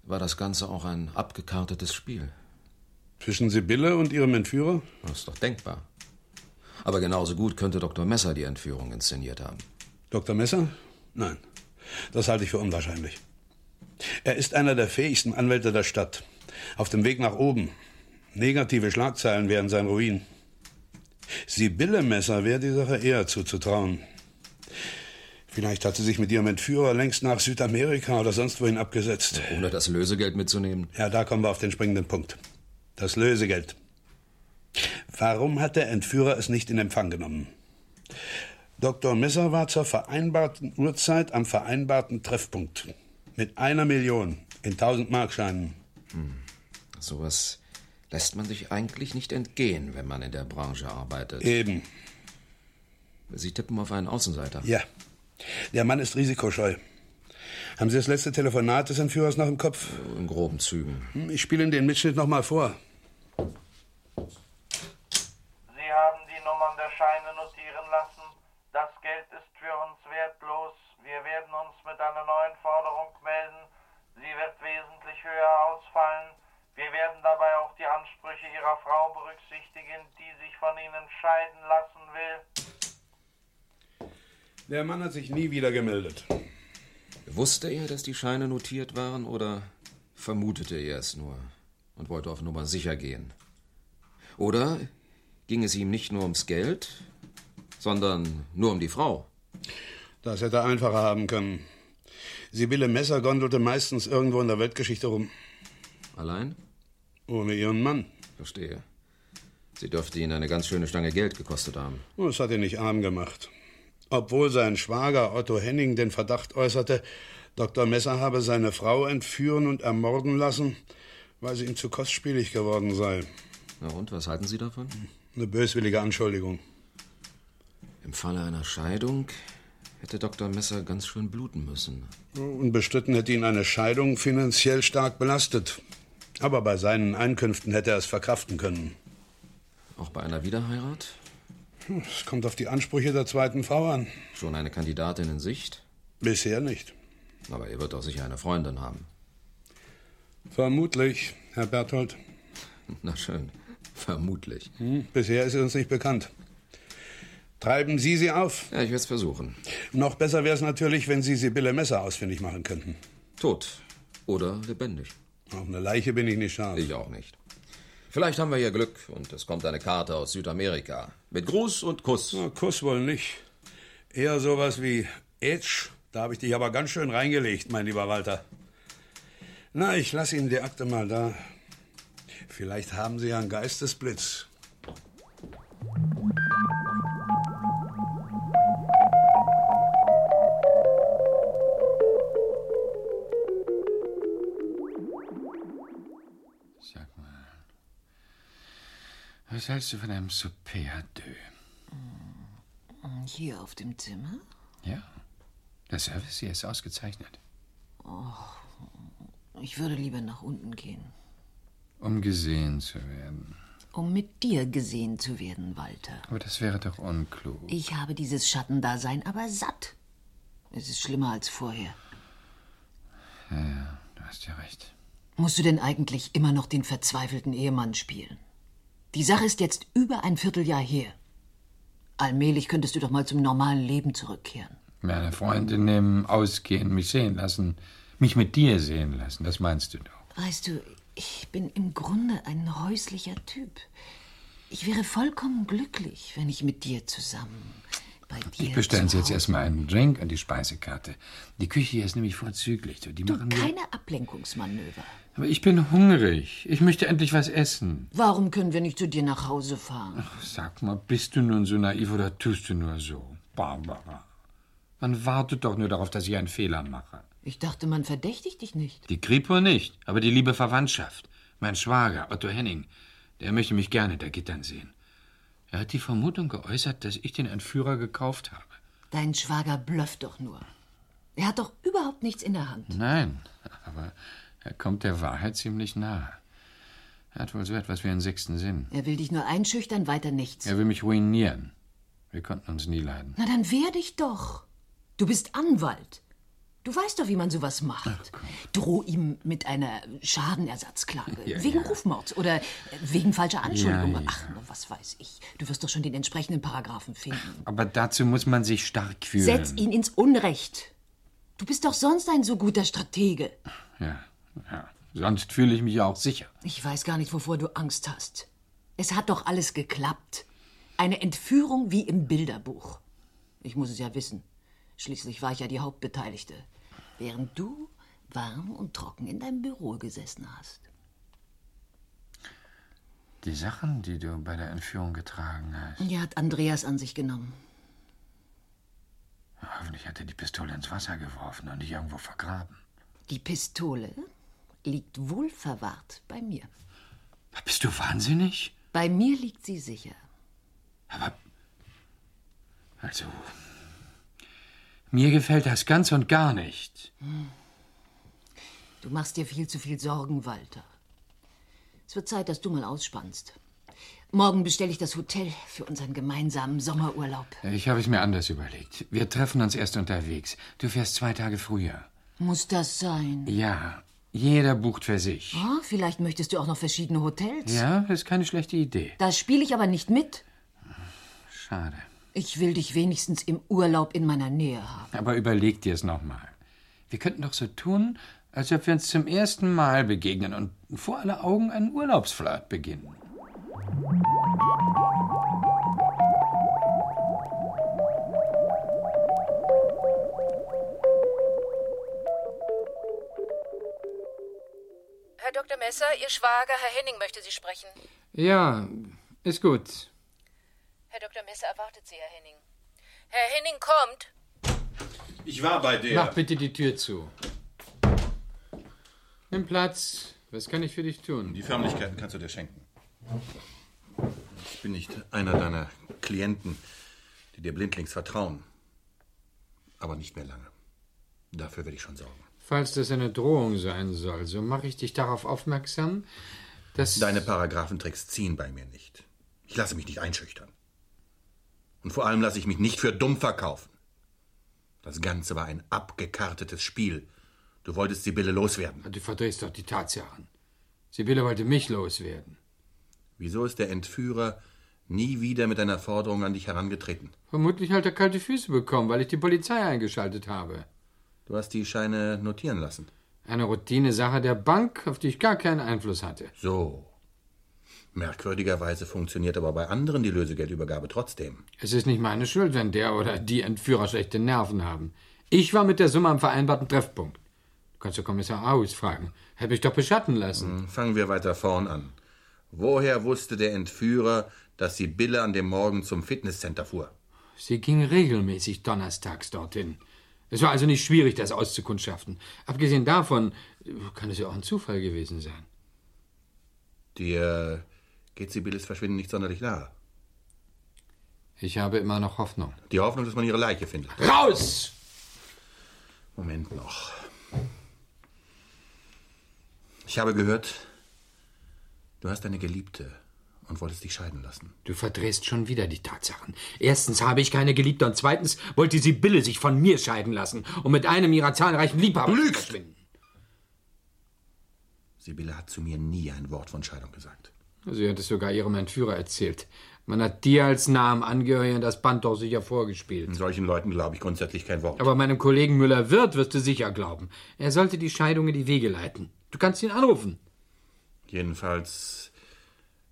war das Ganze auch ein abgekartetes Spiel.
Zwischen Sibylle und ihrem Entführer?
Das ist doch denkbar. Aber genauso gut könnte Dr. Messer die Entführung inszeniert haben.
Dr. Messer? Nein. Das halte ich für unwahrscheinlich. Er ist einer der fähigsten Anwälte der Stadt. Auf dem Weg nach oben. Negative Schlagzeilen wären sein Ruin. Sibylle Messer wäre die Sache eher zuzutrauen. Vielleicht hat sie sich mit ihrem Entführer längst nach Südamerika oder sonst wohin abgesetzt.
Ohne das Lösegeld mitzunehmen.
Ja, da kommen wir auf den springenden Punkt. Das Lösegeld. Warum hat der Entführer es nicht in Empfang genommen? Dr. Messer war zur vereinbarten Uhrzeit am vereinbarten Treffpunkt. Mit einer Million in 1000 Markscheinen.
Hm, Sowas lässt man sich eigentlich nicht entgehen, wenn man in der Branche arbeitet.
Eben.
Sie tippen auf einen Außenseiter.
Ja. Der Mann ist risikoscheu. Haben Sie das letzte Telefonat des Entführers noch im Kopf?
Äh, In groben Zügen.
Hm, Ich spiele Ihnen den Mitschnitt noch mal vor.
Sie haben die Nummern der Scheine notieren lassen. Das Geld ist für uns wertlos. Wir werden uns mit einer neuen Forderung melden. Sie wird wesentlich höher ausfallen. Wir werden dabei auch die Ansprüche Ihrer Frau berücksichtigen, die sich von Ihnen scheiden lassen will.
Der Mann hat sich nie wieder gemeldet.
Wusste er, dass die Scheine notiert waren oder vermutete er es nur und wollte auf Nummer sicher gehen? Oder ging es ihm nicht nur ums Geld, sondern nur um die Frau?
Das hätte er einfacher haben können. Sibylle Messer gondelte meistens irgendwo in der Weltgeschichte rum.
Allein?
Ohne ihren Mann.
Verstehe. Sie dürfte ihn eine ganz schöne Stange Geld gekostet haben.
Das Oh, hat ihn nicht arm gemacht. Obwohl sein Schwager Otto Henning den Verdacht äußerte, Dr. Messer habe seine Frau entführen und ermorden lassen, weil sie ihm zu kostspielig geworden sei.
Na und, was halten Sie davon?
Eine böswillige Anschuldigung.
Im Falle einer Scheidung hätte Dr. Messer ganz schön bluten müssen.
Unbestritten hätte ihn eine Scheidung finanziell stark belastet. Aber bei seinen Einkünften hätte er es verkraften können.
Auch bei einer Wiederheirat?
Hm, Es kommt auf die Ansprüche der zweiten Frau an.
Schon eine Kandidatin in Sicht?
Bisher nicht.
Aber er wird doch sicher eine Freundin haben.
Vermutlich, Herr Berthold.
Na schön, vermutlich.
Hm, Bisher ist sie uns nicht bekannt. Treiben Sie sie auf.
Ja, ich werde es versuchen.
Noch besser wäre es natürlich, wenn Sie Sibylle Messer ausfindig machen könnten.
Tot oder lebendig.
Auf eine Leiche bin ich nicht scharf.
Ich auch nicht. Vielleicht haben wir hier Glück und es kommt eine Karte aus Südamerika. Mit Gruß und Kuss.
Kuss wohl nicht. Eher sowas wie Edge. Da habe ich dich aber ganz schön reingelegt, mein lieber Walter. Na, ich lasse Ihnen die Akte mal da. Vielleicht haben Sie ja einen Geistesblitz.
Was hältst du von einem Souper à deux?
Mm, Hier auf dem Zimmer?
Ja, der Service hier ist ausgezeichnet. Oh.
Och, ich würde lieber nach unten gehen,
Um gesehen zu werden.
um mit dir gesehen zu werden, Walter.
Aber das wäre doch unklug.
Ich habe dieses Schattendasein aber satt. Es ist schlimmer als vorher.
Ja, ja, du hast ja recht.
Musst du denn eigentlich immer noch den verzweifelten Ehemann spielen? Die Sache ist jetzt über ein Vierteljahr her. Allmählich könntest du doch mal zum normalen Leben zurückkehren.
Meine Freundin nehmen, ausgehen, mich sehen lassen, mich mit dir sehen lassen, das meinst du doch.
Weißt du, ich bin im Grunde ein häuslicher Typ. Ich wäre vollkommen glücklich, wenn ich mit dir zusammen bei dir.
Ich bestelle uns
zu
jetzt
Hause-
erstmal einen Drink und die Speisekarte. Die Küche hier ist nämlich vorzüglich. Du, die
Du,
machen wir.
keine Ablenkungsmanöver.
Aber ich bin hungrig. Ich möchte endlich was essen.
Warum können wir nicht zu dir nach Hause fahren?
Sag mal, bist du nun so naiv oder tust du nur so? Barbara. Man wartet doch nur darauf, dass ich einen Fehler mache.
Ich dachte, man verdächtigt dich nicht.
Die Kripo nicht, aber die liebe Verwandtschaft. Mein Schwager, Otto Henning, der möchte mich gerne da Gittern sehen. Er hat die Vermutung geäußert, dass ich den Entführer gekauft habe.
Dein Schwager blufft doch nur. Er hat doch überhaupt nichts in der Hand.
Nein, aber er kommt der Wahrheit ziemlich nahe. Er hat wohl so etwas wie einen sechsten Sinn.
Er will dich nur einschüchtern, weiter nichts.
Er will mich ruinieren. Wir konnten uns nie leiden.
Na, dann wehr dich doch. Du bist Anwalt. Du weißt doch, wie man sowas macht. Droh ihm mit einer Schadenersatzklage.
Ja,
wegen
ja.
Rufmords oder äh, wegen falscher Anschuldigung.
Ja, ja.
Ach, nur was weiß ich. Du wirst doch schon den entsprechenden Paragraphen finden.
Aber dazu muss man sich stark fühlen.
Setz ihn ins Unrecht. Du bist doch sonst ein so guter Stratege.
Ja, ja. Sonst fühle ich mich ja auch sicher.
Ich weiß gar nicht, wovor du Angst hast. Es hat doch alles geklappt. Eine Entführung wie im Bilderbuch. Ich muss es ja wissen. Schließlich war ich ja die Hauptbeteiligte. Während du warm und trocken in deinem Büro gesessen hast.
Die Sachen, die du bei der Entführung getragen hast.
Ja, hat Andreas an sich genommen.
Hoffentlich hat er die Pistole ins Wasser geworfen und dich irgendwo vergraben.
Die Pistole liegt wohlverwahrt bei mir.
Bist du wahnsinnig?
Bei mir liegt sie sicher.
Also, mir gefällt das ganz und gar nicht.
Hm. Du machst dir viel zu viel Sorgen, Walter. Es wird Zeit, dass du mal ausspannst. Morgen bestelle ich das Hotel für unseren gemeinsamen Sommerurlaub.
Ich habe es mir anders überlegt. Wir treffen uns erst unterwegs. Du fährst zwei Tage früher.
Muss das sein?
Ja, jeder bucht für sich.
Ah, vielleicht möchtest du auch noch verschiedene Hotels.
Ja, ist keine schlechte Idee.
Da spiele ich aber nicht mit.
Schade.
Ich will dich wenigstens im Urlaub in meiner Nähe haben.
Aber überleg dir es nochmal. Wir könnten doch so tun, als ob wir uns zum ersten Mal begegnen und vor aller Augen einen Urlaubsflirt beginnen.
Herr Dr. Messer, Ihr Schwager, Herr Henning, möchte Sie sprechen.
Ja, ist gut.
Herr Dr. Messer erwartet Sie, Herr Henning. Herr Henning kommt.
Ich war bei der.
Mach bitte die Tür zu. Nimm Platz. Was kann ich für dich tun?
Die Förmlichkeiten kannst du dir schenken. Ich bin nicht einer deiner Klienten, die dir blindlings vertrauen. Aber nicht mehr lange. Dafür werde ich schon sorgen.
Falls das eine Drohung sein soll, so mache ich dich darauf aufmerksam, dass.
Deine Paragraphentricks ziehen bei mir nicht. Ich lasse mich nicht einschüchtern. Und vor allem lasse ich mich nicht für dumm verkaufen. Das Ganze war ein abgekartetes Spiel. Du wolltest Sibylle loswerden.
Du verdrehst doch die Tatsachen. Sibylle wollte mich loswerden.
Wieso ist der Entführer nie wieder mit einer Forderung an dich herangetreten?
Vermutlich hat er kalte Füße bekommen, weil ich die Polizei eingeschaltet habe.
Du hast die Scheine notieren lassen.
Eine Routinesache der Bank, auf die ich gar keinen Einfluss hatte.
So. Merkwürdigerweise funktioniert aber bei anderen die Lösegeldübergabe trotzdem.
Es ist nicht meine Schuld, wenn der oder die Entführer schlechte Nerven haben. Ich war mit der Summe am vereinbarten Treffpunkt. Du kannst den Kommissar Aarhus fragen. Hätte mich doch beschatten lassen.
Fangen wir weiter vorn an. Woher wusste der Entführer, dass Sibylle an dem Morgen zum Fitnesscenter fuhr?
Sie ging regelmäßig donnerstags dorthin. Es war also nicht schwierig, das auszukundschaften. Abgesehen davon äh, kann es ja auch ein Zufall gewesen sein.
Dir geht Sibylles Verschwinden nicht sonderlich nahe.
Ich habe immer noch Hoffnung.
Die Hoffnung, dass man ihre Leiche findet.
Raus!
Moment noch. Ich habe gehört, du hast eine Geliebte und wolltest dich scheiden lassen.
Du verdrehst schon wieder die Tatsachen. Erstens habe ich keine Geliebte und zweitens wollte Sibylle sich von mir scheiden lassen und mit einem ihrer zahlreichen Liebhaber verschwinden.
Sibylle hat zu mir nie ein Wort von Scheidung gesagt.
Sie hat es sogar ihrem Entführer erzählt. Man hat dir als nahem Angehörigen das Band doch sicher vorgespielt.
Solchen Leuten glaube ich grundsätzlich kein Wort.
Aber meinem Kollegen Müller-Wirth wirst du sicher glauben. Er sollte die Scheidung in die Wege leiten. Du kannst ihn anrufen.
Jedenfalls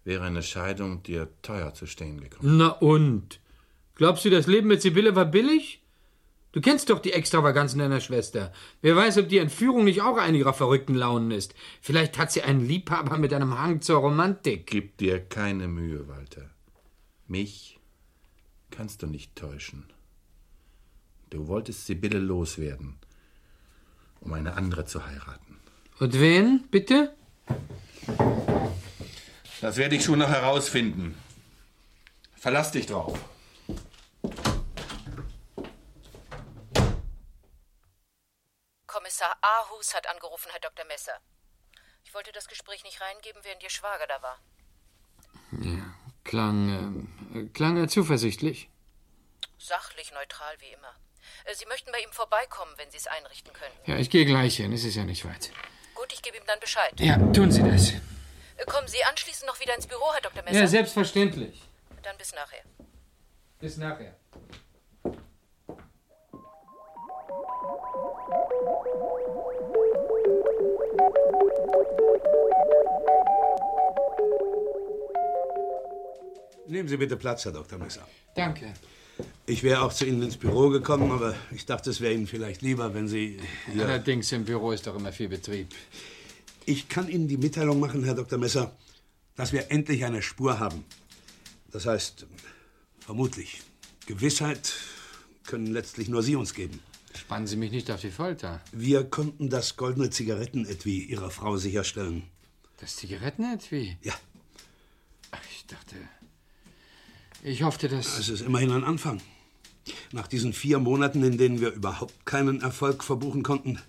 wäre eine Scheidung dir teuer zu stehen gekommen.
Na und? Glaubst du, das Leben mit Sibylle war billig? Du kennst doch die Extravaganzen deiner Schwester. Wer weiß, ob die Entführung nicht auch eine ihrer verrückten Launen ist. Vielleicht hat sie einen Liebhaber mit einem Hang zur Romantik.
Gib dir keine Mühe, Walter. Mich kannst du nicht täuschen. Du wolltest Sibylle loswerden, um eine andere zu heiraten.
Und wen, bitte?
Das werde ich schon noch herausfinden. Verlass dich drauf.
Kommissar Ahus hat angerufen, Herr Dr. Messer. Ich wollte das Gespräch nicht reingeben, während Ihr Schwager da war.
Ja, klang, ähm, klang er zuversichtlich.
Sachlich neutral wie immer. Äh, Sie möchten bei ihm vorbeikommen, wenn Sie es einrichten können.
Ja, ich gehe gleich hin, es ist ja nicht weit.
Gut, ich gebe ihm dann Bescheid.
Ja, tun Sie das.
Äh, Kommen Sie anschließend noch wieder ins Büro, Herr Dr. Messer.
Ja, selbstverständlich.
Dann bis nachher.
Bis nachher.
Nehmen Sie bitte Platz, Herr Dr. Messer.
Danke.
Ich wäre auch zu Ihnen ins Büro gekommen, aber ich dachte, es wäre Ihnen vielleicht lieber, wenn Sie. hier-
Allerdings, im Büro ist doch immer viel Betrieb.
Ich kann Ihnen die Mitteilung machen, Herr Dr. Messer, dass wir endlich eine Spur haben. Das heißt, vermutlich. Gewissheit können letztlich nur Sie uns geben.
Spannen Sie mich nicht auf die Folter.
Wir konnten das goldene Zigarettenetui Ihrer Frau sicherstellen.
Das Zigarettenetui?
Ja.
Ich dachte. Ich hoffte, dass.
Es ist immerhin ein Anfang. Nach diesen vier Monaten, in denen wir überhaupt keinen Erfolg verbuchen konnten,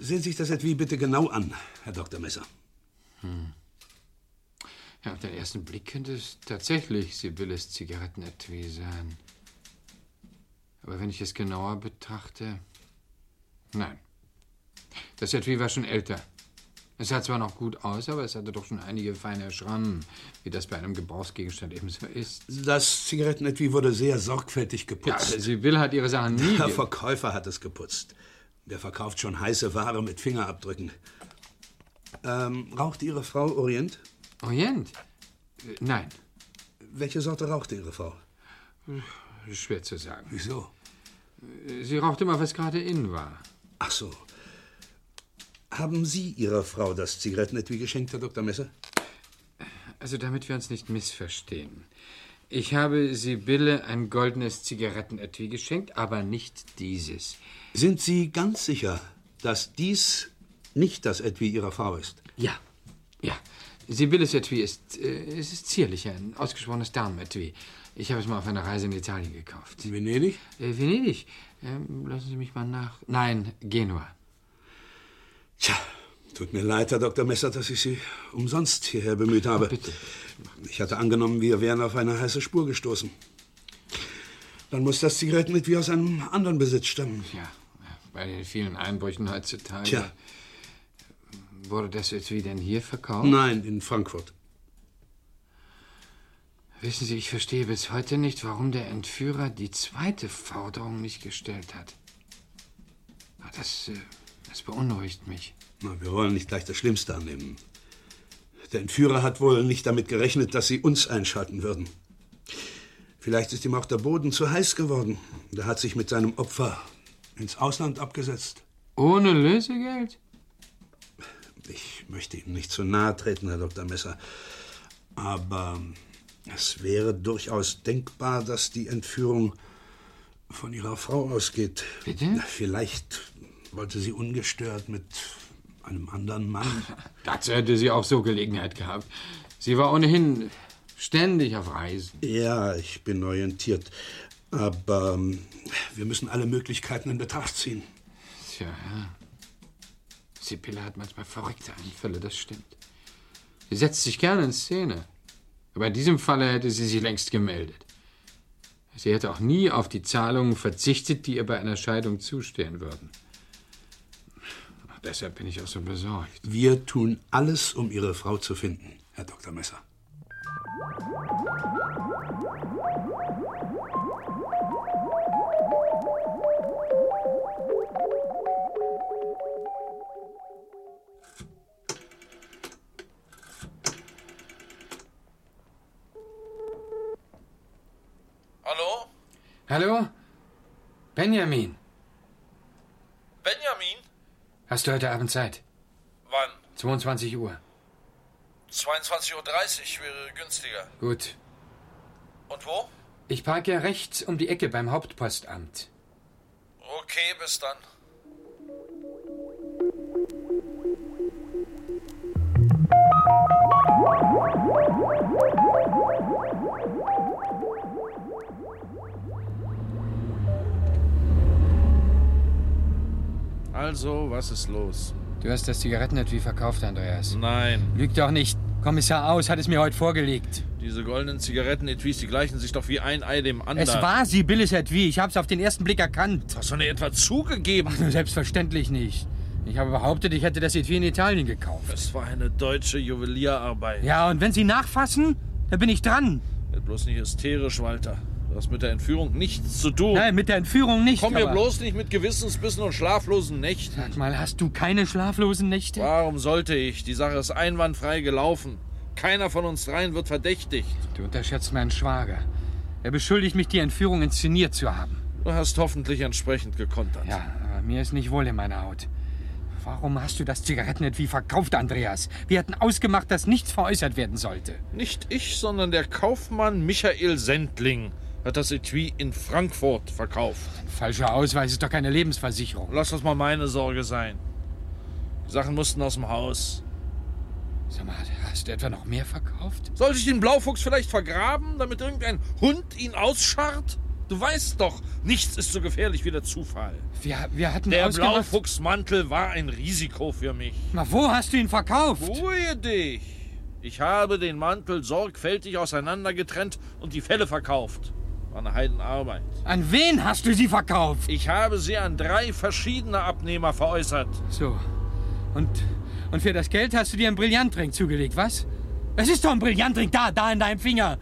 sehen Sie sich das Etui bitte genau an, Herr Dr. Messer.
Hm. Ja, auf den ersten Blick könnte es tatsächlich Sibylles Zigarettenetui sein. Aber wenn ich es genauer betrachte. Nein. Das Etui war schon älter. Es sah zwar noch gut aus, aber es hatte doch schon einige feine Schrammen, wie das bei einem Gebrauchsgegenstand ebenso ist.
Das Zigarettenetui wurde sehr sorgfältig geputzt.
Ja, Sibylle hat ihre Sachen nie
Der
ge-
Verkäufer hat es geputzt. Der verkauft schon heiße Ware mit Fingerabdrücken. Ähm, raucht Ihre Frau Orient?
Orient? Äh, Nein.
Welche Sorte rauchte Ihre Frau?
Schwer zu sagen.
Wieso?
Sie rauchte immer, was gerade in war.
Ach so. Haben Sie Ihrer Frau das Zigarettenetui geschenkt, Herr Dr. Messer?
Also, damit wir uns nicht missverstehen. Ich habe Sibylle ein goldenes Zigarettenetui geschenkt, aber nicht dieses.
Sind Sie ganz sicher, dass dies nicht das Etui Ihrer Frau ist?
Ja, ja. Sibylles Etui ist, äh, es ist zierlicher, ein ausgesprochenes Damenetui. Ich habe es mal auf einer Reise in Italien gekauft.
Venedig?
Äh, Venedig. Ähm, lassen Sie mich mal nach. Nein, Genua.
Tut mir leid, Herr Dr. Messer, dass ich Sie umsonst hierher bemüht habe. Bitte. Ich hatte angenommen, wir wären auf eine heiße Spur gestoßen. Dann muss das Zigarettenetui aus einem anderen Besitz stammen.
Ja. Bei den vielen Einbrüchen heutzutage.
Tja.
Wurde das Etui denn hier verkauft?
Nein, in Frankfurt.
Wissen Sie, ich verstehe bis heute nicht, warum der Entführer die zweite Forderung nicht gestellt hat. Ah, Das, äh, das beunruhigt mich.
Na, wir wollen nicht gleich das Schlimmste annehmen. Der Entführer hat wohl nicht damit gerechnet, dass Sie uns einschalten würden. Vielleicht ist ihm auch der Boden zu heiß geworden. Der hat sich mit seinem Opfer ins Ausland abgesetzt.
Ohne Lösegeld?
Ich möchte Ihnen nicht zu nahe treten, Herr Dr. Messer. Aber es wäre durchaus denkbar, dass die Entführung von Ihrer Frau ausgeht.
Bitte?
Vielleicht wollte sie ungestört mit einem anderen Mann.
Dazu hätte sie auch so Gelegenheit gehabt. Sie war ohnehin ständig auf Reisen.
Ja, ich bin orientiert. Aber ähm, wir müssen alle Möglichkeiten in Betracht ziehen.
Tja, ja. Sibylle hat manchmal verrückte Anfälle, das stimmt. Sie setzt sich gerne in Szene. Aber in diesem Falle hätte sie sich längst gemeldet. Sie hätte auch nie auf die Zahlungen verzichtet, die ihr bei einer Scheidung zustehen würden. Ach, deshalb bin ich auch so besorgt.
Wir tun alles, um Ihre Frau zu finden, Herr Dr. Messer.
Hallo?
Hallo? Benjamin,
Benjamin?
hast du heute Abend Zeit?
Wann?
22 Uhr.
22.30 Uhr wäre günstiger.
Gut.
Und wo?
Ich parke ja rechts um die Ecke beim Hauptpostamt.
Okay, bis dann.
Also, was ist los?
Du hast das Zigarettenetui verkauft, Andreas.
Also,
Nein.
Lüg doch nicht. Kommissar Aus hat es mir heute vorgelegt.
Diese goldenen Zigarettenetüis, die gleichen sich doch wie ein Ei dem anderen.
Es war Sibylles Etui. Ich habe es auf den ersten Blick erkannt.
Hast du nicht etwa zugegeben?
selbstverständlich nicht. Ich habe behauptet, ich hätte das Etui in Italien gekauft.
Es war eine deutsche Juwelierarbeit.
Ja, und wenn Sie nachfassen, dann bin ich dran.
Werd bloß nicht hysterisch, Walter. Du hast mit der Entführung nichts zu tun.
Nein, mit der Entführung nicht.
Oh. Komm mir
aber-
bloß nicht mit Gewissensbissen und schlaflosen Nächten.
Sag mal, hast du keine schlaflosen Nächte?
Warum sollte ich? Die Sache ist einwandfrei gelaufen. Keiner von uns dreien wird verdächtigt.
Du unterschätzt meinen Schwager. Er beschuldigt mich, die Entführung inszeniert zu haben.
Du hast hoffentlich entsprechend gekontert.
Ja, aber mir ist nicht wohl in meiner Haut. Warum hast du das Zigarettenetui verkauft, Andreas? Wir hatten ausgemacht, dass nichts veräußert werden sollte.
Nicht ich, sondern der Kaufmann Michael Sendling hat das Etui in Frankfurt verkauft.
Falscher Ausweis ist doch keine Lebensversicherung.
Lass das mal meine Sorge sein. Die Sachen mussten aus dem Haus.
Sag mal, hast du etwa noch mehr verkauft?
Sollte ich den Blaufuchs vielleicht vergraben, damit irgendein Hund ihn ausscharrt? Du weißt doch, nichts ist so gefährlich wie der Zufall.
Wir, wir hatten
Der
ausgemacht...
Blaufuchsmantel war ein Risiko für mich.
Na, wo hast du ihn verkauft?
Ruhe dich! Ich habe den Mantel sorgfältig auseinandergetrennt und die Felle verkauft. War eine Heidenarbeit.
An wen hast du sie verkauft?
Ich habe sie an drei verschiedene Abnehmer veräußert.
So. Und, und für das Geld hast du dir einen Brillantring zugelegt, was? Es ist doch ein Brillantring da, da in deinem Finger.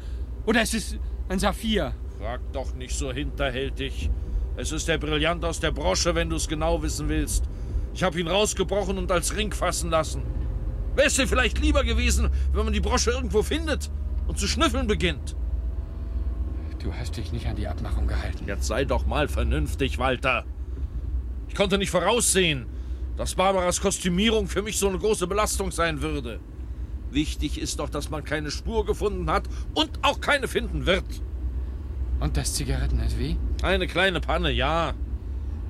Oder es ist ein Saphir.
Frag doch nicht so hinterhältig. Es ist der Brillant aus der Brosche, wenn du es genau wissen willst. Ich habe ihn rausgebrochen und als Ring fassen lassen. Wäre es dir vielleicht lieber gewesen, wenn man die Brosche irgendwo findet und zu schnüffeln beginnt?
Du hast dich nicht an die Abmachung gehalten.
Jetzt sei doch mal vernünftig, Walter. Ich konnte nicht voraussehen, dass Barbaras Kostümierung für mich so eine große Belastung sein würde. Wichtig ist doch, dass man keine Spur gefunden hat und auch keine finden wird.
Und das Zigarettenetui?
Eine kleine Panne, ja.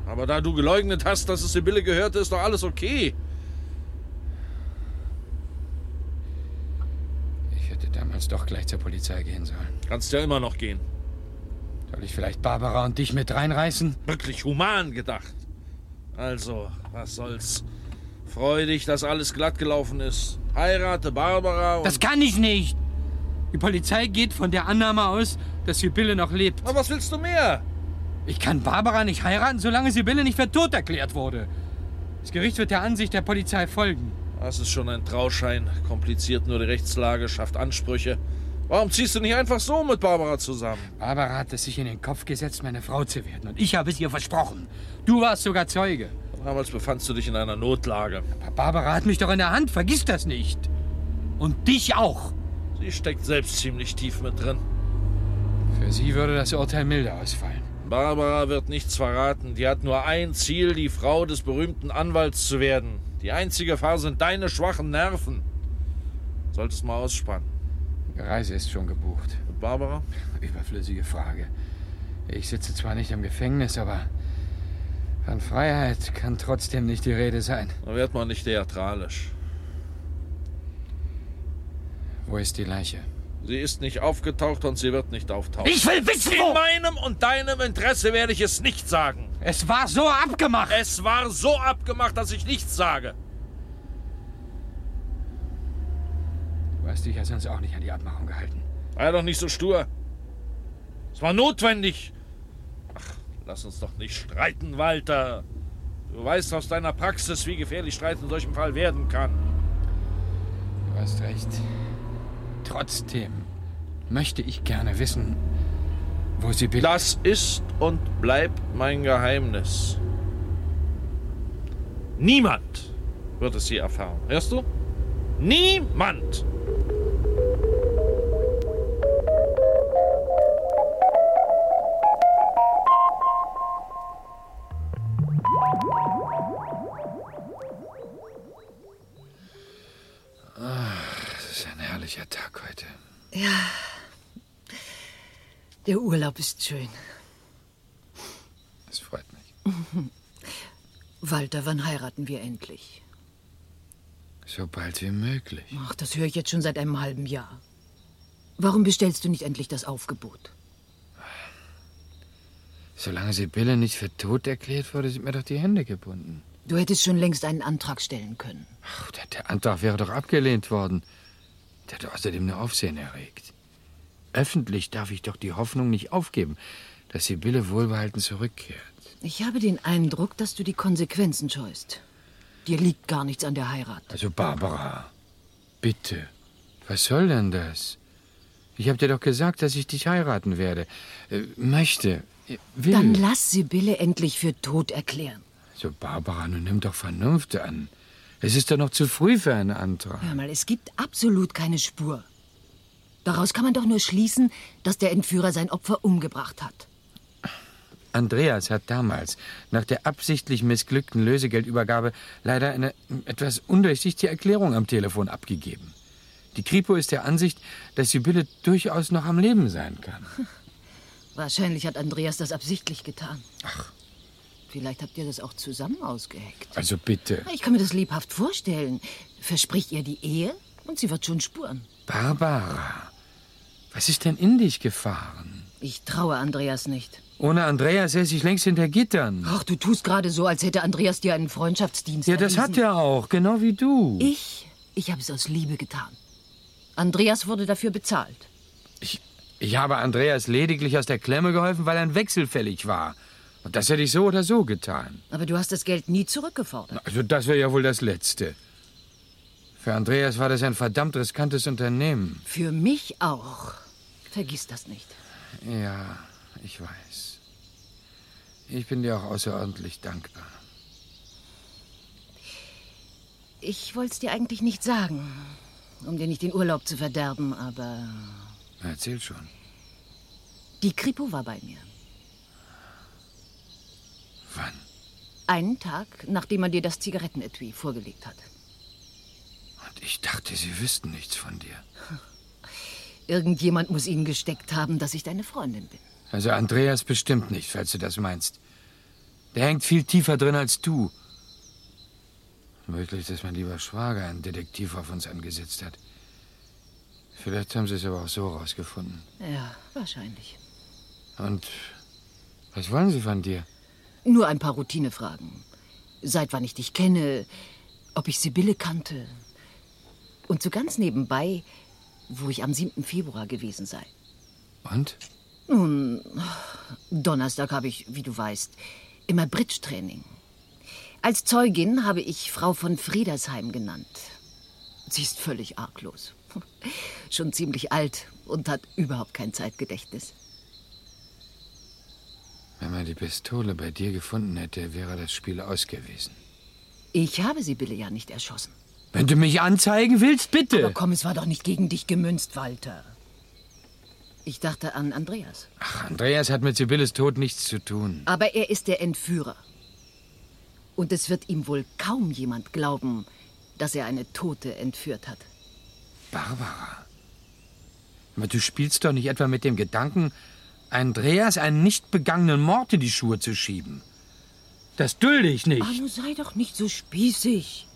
Aber da du geleugnet hast, dass es Sibylle gehörte, ist doch alles okay.
Ich hätte damals doch gleich zur Polizei gehen sollen.
Kannst ja immer noch gehen.
Soll ich vielleicht Barbara und dich mit reinreißen?
Wirklich human gedacht. Also, was soll's. Freu dich, dass alles glatt gelaufen ist. Heirate Barbara und...
Das kann ich nicht! Die Polizei geht von der Annahme aus, dass Sibylle noch lebt.
Aber was willst du mehr?
Ich kann Barbara nicht heiraten, solange Sibylle nicht für tot erklärt wurde. Das Gericht wird der Ansicht der Polizei folgen.
Das ist schon ein Trauschein. Kompliziert nur die Rechtslage, schafft Ansprüche. Warum ziehst du nicht einfach so mit Barbara zusammen?
Barbara hat es sich in den Kopf gesetzt, meine Frau zu werden. Und ich habe es ihr versprochen. Du warst sogar Zeuge.
Damals befandst du dich in einer Notlage.
Barbara hat mich doch in der Hand, vergiss das nicht. Und dich auch.
Sie steckt selbst ziemlich tief mit drin.
Für sie würde das Urteil milder ausfallen.
Barbara wird nichts verraten. Die hat nur ein Ziel, die Frau des berühmten Anwalts zu werden. Die einzige Gefahr sind deine schwachen Nerven. Solltest mal ausspannen.
Die Reise ist schon gebucht.
Mit Barbara?
Überflüssige Frage. Ich sitze zwar nicht im Gefängnis, aber von Freiheit kann trotzdem nicht die Rede sein.
Dann werd mal nicht theatralisch.
Wo ist die Leiche?
Sie ist nicht aufgetaucht und sie wird nicht auftauchen.
Ich will wissen,
In meinem und deinem Interesse werde ich es nicht sagen.
Es war so abgemacht.
Es war so abgemacht, dass ich nichts sage.
Du hast dich ja sonst auch nicht an die Abmachung gehalten.
Sei doch nicht so stur. Es war notwendig. Ach, lass uns doch nicht streiten, Walter. Du weißt aus deiner Praxis, wie gefährlich Streit in solchem Fall werden kann.
Du hast recht. Trotzdem möchte ich gerne wissen, wo Sibylle...
Das ist und bleibt mein Geheimnis. Niemand wird es je erfahren. Hörst du? Niemand!
Das Ah, ist ein herrlicher Tag heute.
Ja. Der Urlaub ist schön.
Das freut mich.
Walter, wann heiraten wir endlich?
So bald wie möglich.
Ach, das höre ich jetzt schon seit einem halben Jahr. Warum bestellst du nicht endlich das Aufgebot?
Solange Sibylle nicht für tot erklärt wurde, sind mir doch die Hände gebunden.
Du hättest schon längst einen Antrag stellen können.
Der Antrag wäre doch abgelehnt worden. Der hat außerdem nur Aufsehen erregt. Öffentlich darf ich doch die Hoffnung nicht aufgeben, dass Sibylle wohlbehalten zurückkehrt.
Ich habe den Eindruck, dass du die Konsequenzen scheust. Dir liegt gar nichts an der Heirat.
Also Barbara, bitte, was soll denn das? Ich habe dir doch gesagt, dass ich dich heiraten werde. Äh, möchte, äh, will.
Dann lass Sibylle endlich für tot erklären.
Also Barbara, nun nimm doch Vernunft an. Es ist doch noch zu früh für einen Antrag.
Hör mal, es gibt absolut keine Spur. Daraus kann man doch nur schließen, dass der Entführer sein Opfer umgebracht hat.
Andreas hat damals nach der absichtlich missglückten Lösegeldübergabe leider eine m, etwas undurchsichtige Erklärung am Telefon abgegeben. Die Kripo ist der Ansicht, dass Sibylle durchaus noch am Leben sein kann.
Wahrscheinlich hat Andreas das absichtlich getan. Ach. Vielleicht habt ihr das auch zusammen ausgeheckt.
Also bitte.
Ich kann mir das lebhaft vorstellen. Versprich ihr die Ehe und sie wird schon spuren.
Barbara, was ist denn in dich gefahren?
Ich traue Andreas nicht.
Ohne Andreas säße ich längst hinter Gittern.
Ach, du tust gerade so, als hätte Andreas dir einen Freundschaftsdienst
Ja, das hat
erwiesen.
er auch, genau wie du.
Ich, ich habe es aus Liebe getan. Andreas wurde dafür bezahlt.
Ich habe Andreas lediglich aus der Klemme geholfen, weil er ein wechselfällig war. Und das hätte ich so oder so getan.
Aber du hast das Geld nie zurückgefordert.
Also das wäre ja wohl das Letzte. Für Andreas war das ein verdammt riskantes Unternehmen.
Für mich auch. Vergiss das nicht.
Ja, ich weiß. Ich bin dir auch außerordentlich dankbar.
Ich wollte es dir eigentlich nicht sagen, um dir nicht den Urlaub zu verderben, aber
Erzähl schon.
die Kripo war bei mir.
Wann?
Einen Tag, nachdem man dir das Zigarettenetui vorgelegt hat.
Und ich dachte, sie wüssten nichts von dir.
Irgendjemand muss ihnen gesteckt haben, dass ich deine Freundin bin.
Also Andreas bestimmt nicht, falls du das meinst. Der hängt viel tiefer drin als du. Möglich, dass mein lieber Schwager einen Detektiv auf uns angesetzt hat. Vielleicht haben sie es aber auch so rausgefunden.
Ja, wahrscheinlich.
Und was wollen sie von dir?
Nur ein paar Routinefragen. Seit wann ich dich kenne, ob ich Sibylle kannte. Und so ganz nebenbei, wo ich am 7. Februar gewesen sei.
Und?
Nun, Donnerstag habe ich, wie du weißt, immer Bridge-Training. Als Zeugin habe ich Frau von Friedersheim genannt. Sie ist völlig arglos. Schon ziemlich alt und hat überhaupt kein Zeitgedächtnis.
Wenn man die Pistole bei dir gefunden hätte, wäre das Spiel aus gewesen.
Ich habe Sibylle ja nicht erschossen.
Wenn du mich anzeigen willst, bitte.
Aber komm, es war doch nicht gegen dich gemünzt, Walter. Ich dachte an Andreas.
Andreas hat mit Sibylles Tod nichts zu tun.
Aber er ist der Entführer. Und es wird ihm wohl kaum jemand glauben, dass er eine Tote entführt hat.
Barbara. Aber du spielst doch nicht etwa mit dem Gedanken, Andreas einen nicht begangenen Mord in die Schuhe zu schieben. Das dulde ich nicht.
Arno, sei doch nicht so spießig.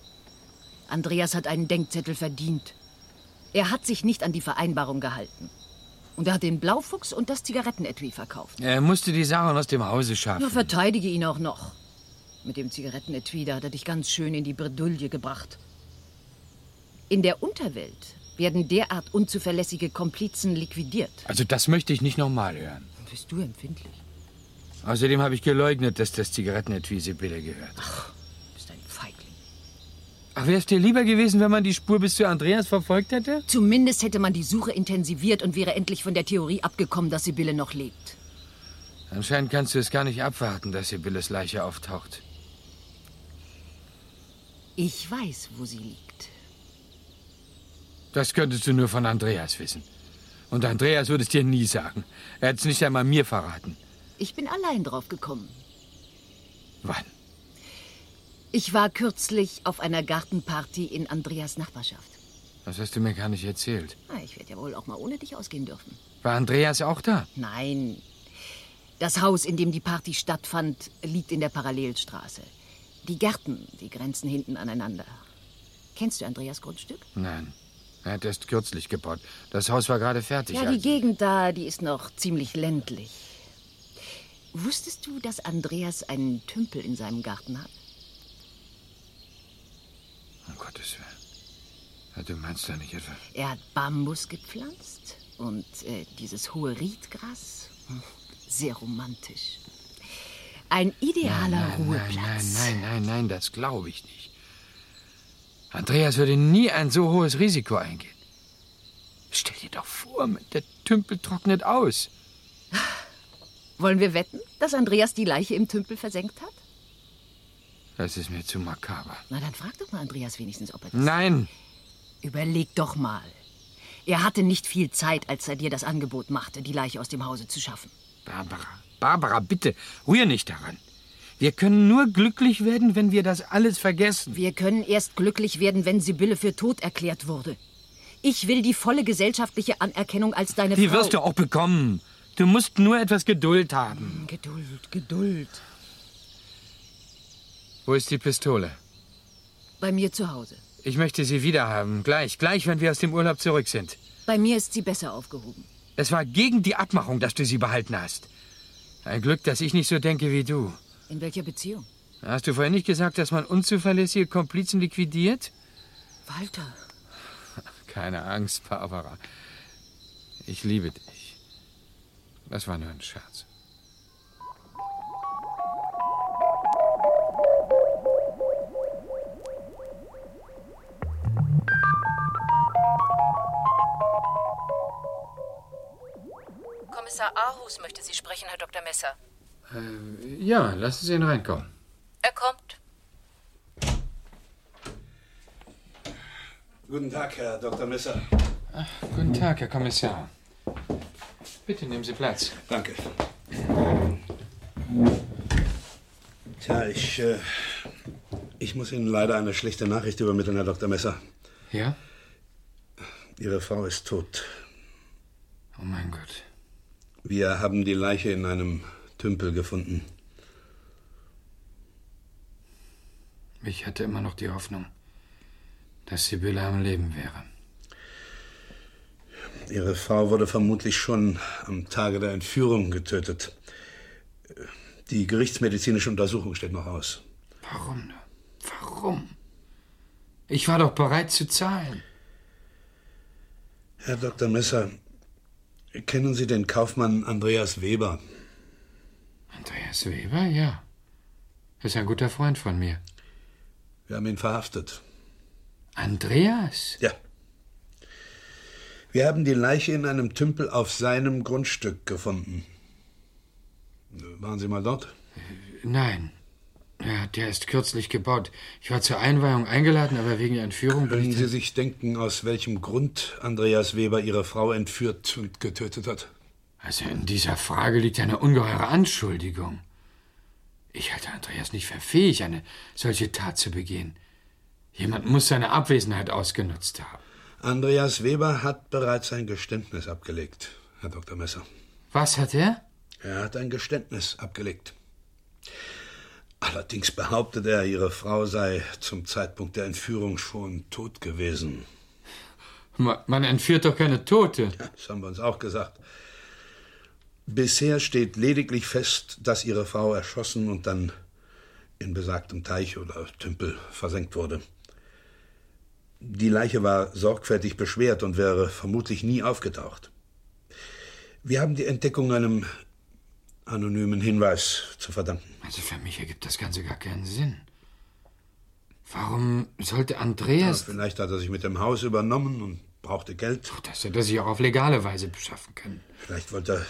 Andreas hat einen Denkzettel verdient. Er hat sich nicht an die Vereinbarung gehalten. Und er hat den Blaufuchs und das Zigarettenetui verkauft.
Er musste die Sachen aus dem Hause
Ja,
schaffen.
verteidige ihn auch noch. Mit dem Zigarettenetui, da hat er dich ganz schön in die Bredouille gebracht. In der Unterwelt werden derart unzuverlässige Komplizen liquidiert.
Also das möchte ich nicht nochmal hören.
Bist du empfindlich?
Außerdem habe ich geleugnet, dass das Zigarettenetui Sibylle gehört. Ach,
bist ein Feigling.
Ach, wäre es dir lieber gewesen, wenn man die Spur bis zu Andreas verfolgt hätte?
Zumindest hätte man die Suche intensiviert und wäre endlich von der Theorie abgekommen, dass Sibylle noch lebt.
Anscheinend kannst du es gar nicht abwarten, dass Sibylles Leiche auftaucht.
Ich weiß, wo sie liegt.
Das könntest du nur von Andreas wissen. Und Andreas würde es dir nie sagen. Er hat es nicht einmal mir verraten.
Ich bin allein drauf gekommen.
Wann?
Ich war kürzlich auf einer Gartenparty in Andreas Nachbarschaft.
Das hast du mir gar nicht erzählt.
Na, Ich werde ja wohl auch mal ohne dich ausgehen dürfen.
War Andreas auch da?
Nein. Das Haus, in dem die Party stattfand, liegt in der Parallelstraße. Die Gärten, die grenzen hinten aneinander. Kennst du Andreas Grundstück?
Nein. Er hat erst kürzlich gebaut. Das Haus war gerade fertig. Also,
ja, die Gegend da, die ist noch ziemlich ländlich. Wusstest du, dass Andreas einen Tümpel in seinem Garten hat?
um Gottes Willen. Du meinst da nicht etwa?
Er hat Bambus gepflanzt und äh, dieses hohe Riedgras. Hm, Sehr romantisch. Ein idealer Ruheplatz.
Nein, nein, nein, nein, das glaube ich nicht. Andreas würde nie ein so hohes Risiko eingehen. Stell dir doch vor, der Tümpel trocknet aus.
Wollen wir wetten, dass Andreas die Leiche im Tümpel versenkt hat?
Das ist mir zu makaber.
Na, dann frag doch mal Andreas wenigstens, ob er das.
Nein,
Überleg doch mal. Er hatte nicht viel Zeit, als er dir das Angebot machte, die Leiche aus dem Hause zu schaffen.
Barbara, Barbara, bitte, rühr nicht daran. Wir können nur glücklich werden, wenn wir das alles vergessen.
Wir können erst glücklich werden, wenn Sibylle für tot erklärt wurde. Ich will die volle gesellschaftliche Anerkennung als deine
Die
Frau.
wirst du auch bekommen. Du musst nur etwas Geduld haben.
Geduld, Geduld.
Wo ist die Pistole?
Bei mir zu Hause.
Ich möchte sie wiederhaben. Gleich, gleich, wenn wir aus dem Urlaub zurück sind.
Bei mir ist sie besser aufgehoben.
Es war gegen die Abmachung, dass du sie behalten hast. Ein Glück, dass ich nicht so denke wie du.
In welcher Beziehung?
Hast du vorhin nicht gesagt, dass man unzuverlässige Komplizen liquidiert?
Walter.
Keine Angst, Barbara. Ich liebe dich. Das war nur ein Scherz.
Kommissar Ahus möchte Sie sprechen, Herr Dr. Messer.
Äh, ja, lassen Sie ihn reinkommen.
Er kommt.
Guten Tag, Herr Dr. Messer.
Guten Tag, Herr Kommissar. Bitte nehmen Sie Platz.
Danke. Tja, ich, äh, ich muss Ihnen leider eine schlechte Nachricht übermitteln, Herr Dr. Messer.
Ja?
Ihre Frau ist tot.
Oh mein Gott.
Wir haben die Leiche in einem Tümpel gefunden.
Ich hatte immer noch die Hoffnung, dass Sibylle am Leben wäre.
Ihre Frau wurde vermutlich schon am Tage der Entführung getötet. Die gerichtsmedizinische Untersuchung steht noch aus.
Warum nur? Warum? Ich war doch bereit zu zahlen.
Herr Dr. Messer, kennen Sie den Kaufmann Andreas Weber?
Andreas Weber, ja. Ist ein guter Freund von mir.
Wir haben ihn verhaftet.
Andreas?
Ja. Wir haben die Leiche in einem Tümpel auf seinem Grundstück gefunden. Waren Sie mal dort?
Nein. Er hat ja erst kürzlich gebaut. Ich war zur Einweihung eingeladen, aber wegen der Entführung bin
Können
ich.
Sie sich denken, aus welchem Grund Andreas Weber Ihre Frau entführt und getötet hat?
Also in dieser Frage liegt eine ungeheure Anschuldigung. Ich halte Andreas nicht für fähig, eine solche Tat zu begehen. Jemand muss seine Abwesenheit ausgenutzt haben.
Andreas Weber hat bereits ein Geständnis abgelegt, Herr Dr. Messer.
Was hat er?
Er hat ein Geständnis abgelegt. Allerdings behauptet er, Ihre Frau sei zum Zeitpunkt der Entführung schon tot gewesen.
Ma- Man entführt doch keine Tote.
Das haben wir uns auch gesagt. Bisher steht lediglich fest, dass Ihre Frau erschossen und dann in besagtem Teich oder Tümpel versenkt wurde. Die Leiche war sorgfältig beschwert und wäre vermutlich nie aufgetaucht. Wir haben die Entdeckung einem anonymen Hinweis zu verdanken.
Also für mich ergibt das Ganze gar keinen Sinn. Warum sollte Andreas.
Ja, vielleicht hat er sich mit dem Haus übernommen und brauchte Geld.
Das hätte er sich auch auf legale Weise beschaffen können.
Vielleicht wollte er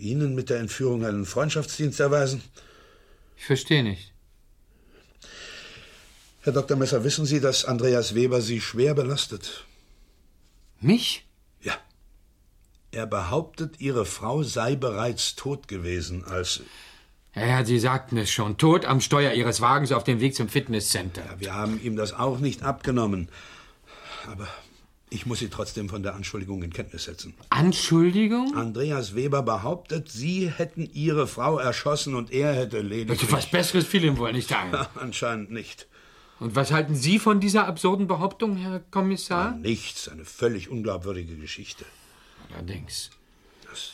Ihnen mit der Entführung einen Freundschaftsdienst erweisen.
Ich verstehe nicht.
Herr Dr. Messer, wissen Sie, dass Andreas Weber Sie schwer belastet?
Mich?
Ja. Er behauptet, Ihre Frau sei bereits tot gewesen, als.
Ja, ja, Sie sagten es schon. Tot am Steuer Ihres Wagens auf dem Weg zum Fitnesscenter.
Wir haben ihm das auch nicht abgenommen. Aber ich muss Sie trotzdem von der Anschuldigung in Kenntnis setzen.
Anschuldigung?
Andreas Weber behauptet, Sie hätten Ihre Frau erschossen und er hätte lediglich.
Also Was Besseres fiel ihm wohl nicht ein.
Anscheinend nicht.
Und was halten Sie von dieser absurden Behauptung, Herr Kommissar?
Nichts, eine völlig unglaubwürdige Geschichte.
Allerdings.
Das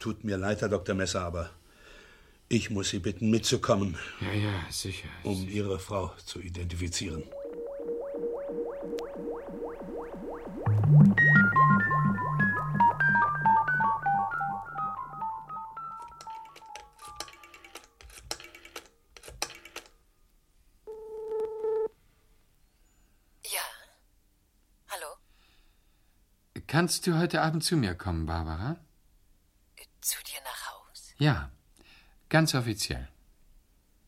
tut mir leid, Herr Dr. Messer, aber ich muss Sie bitten, mitzukommen.
Ja, ja, sicher.
Um Ihre Frau zu identifizieren.
Ja? Hallo?
Kannst du heute Abend zu mir kommen, Barbara?
Zu dir nach Haus?
Ja, ganz offiziell.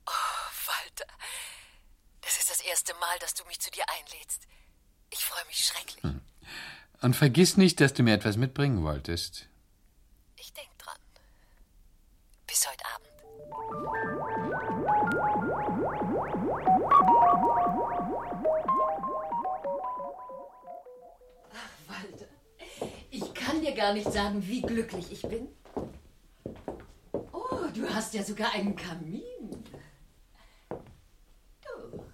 Oh, Walter. Das ist das erste Mal, dass du mich zu dir einlädst. Ich freue mich schrecklich.
Hm. Und vergiss nicht, dass du mir etwas mitbringen wolltest.
Ich denk dran. Bis heute Abend.
Walter, ich kann dir gar nicht sagen, wie glücklich ich bin. Oh, du hast ja sogar einen Kamin. Du.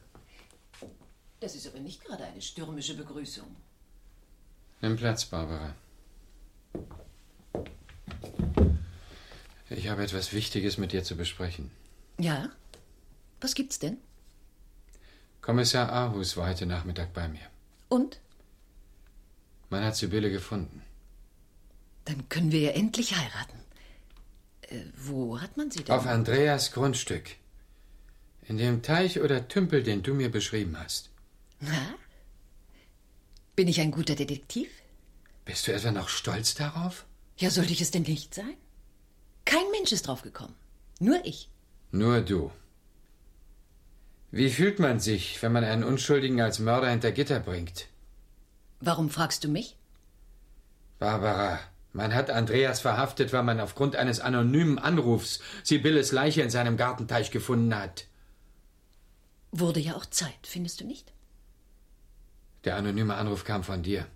Das ist aber nicht gerade eine stürmische Begrüßung.
Nimm Platz, Barbara. Ich habe etwas Wichtiges mit dir zu besprechen.
Ja? Was gibt's denn?
Kommissar Ahus war heute Nachmittag bei mir.
Und?
Man hat Sibylle gefunden.
Dann können wir ja endlich heiraten. Äh, wo hat man sie denn?
Auf Andreas Grundstück. In dem Teich oder Tümpel, den du mir beschrieben hast.
Na? Bin ich ein guter Detektiv?
Bist du etwa noch stolz darauf?
Ja, sollte ich es denn nicht sein? Kein Mensch ist draufgekommen. Nur ich.
Nur du. Wie fühlt man sich, wenn man einen Unschuldigen als Mörder hinter Gitter bringt?
Warum fragst du mich?
Barbara, man hat Andreas verhaftet, weil man aufgrund eines anonymen Anrufs Sibylles Leiche in seinem Gartenteich gefunden hat.
Wurde ja auch Zeit, findest du nicht?
Der anonyme Anruf kam von dir.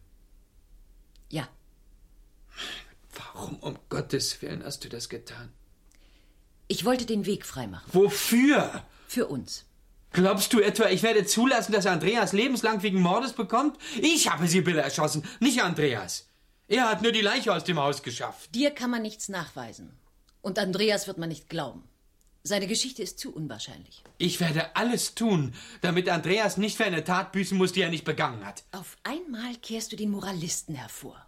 Ja.
Warum um Gottes Willen hast du das getan?
Ich wollte den Weg freimachen.
Wofür?
Für uns.
Glaubst du etwa, ich werde zulassen, dass Andreas lebenslang wegen Mordes bekommt? Ich habe Sibylle erschossen, nicht Andreas. Er hat nur die Leiche aus dem Haus geschafft.
Dir kann man nichts nachweisen. Und Andreas wird man nicht glauben. Seine Geschichte ist zu unwahrscheinlich.
Ich werde alles tun, damit Andreas nicht für eine Tat büßen muss, die er nicht begangen hat.
Auf einmal kehrst du den Moralisten hervor.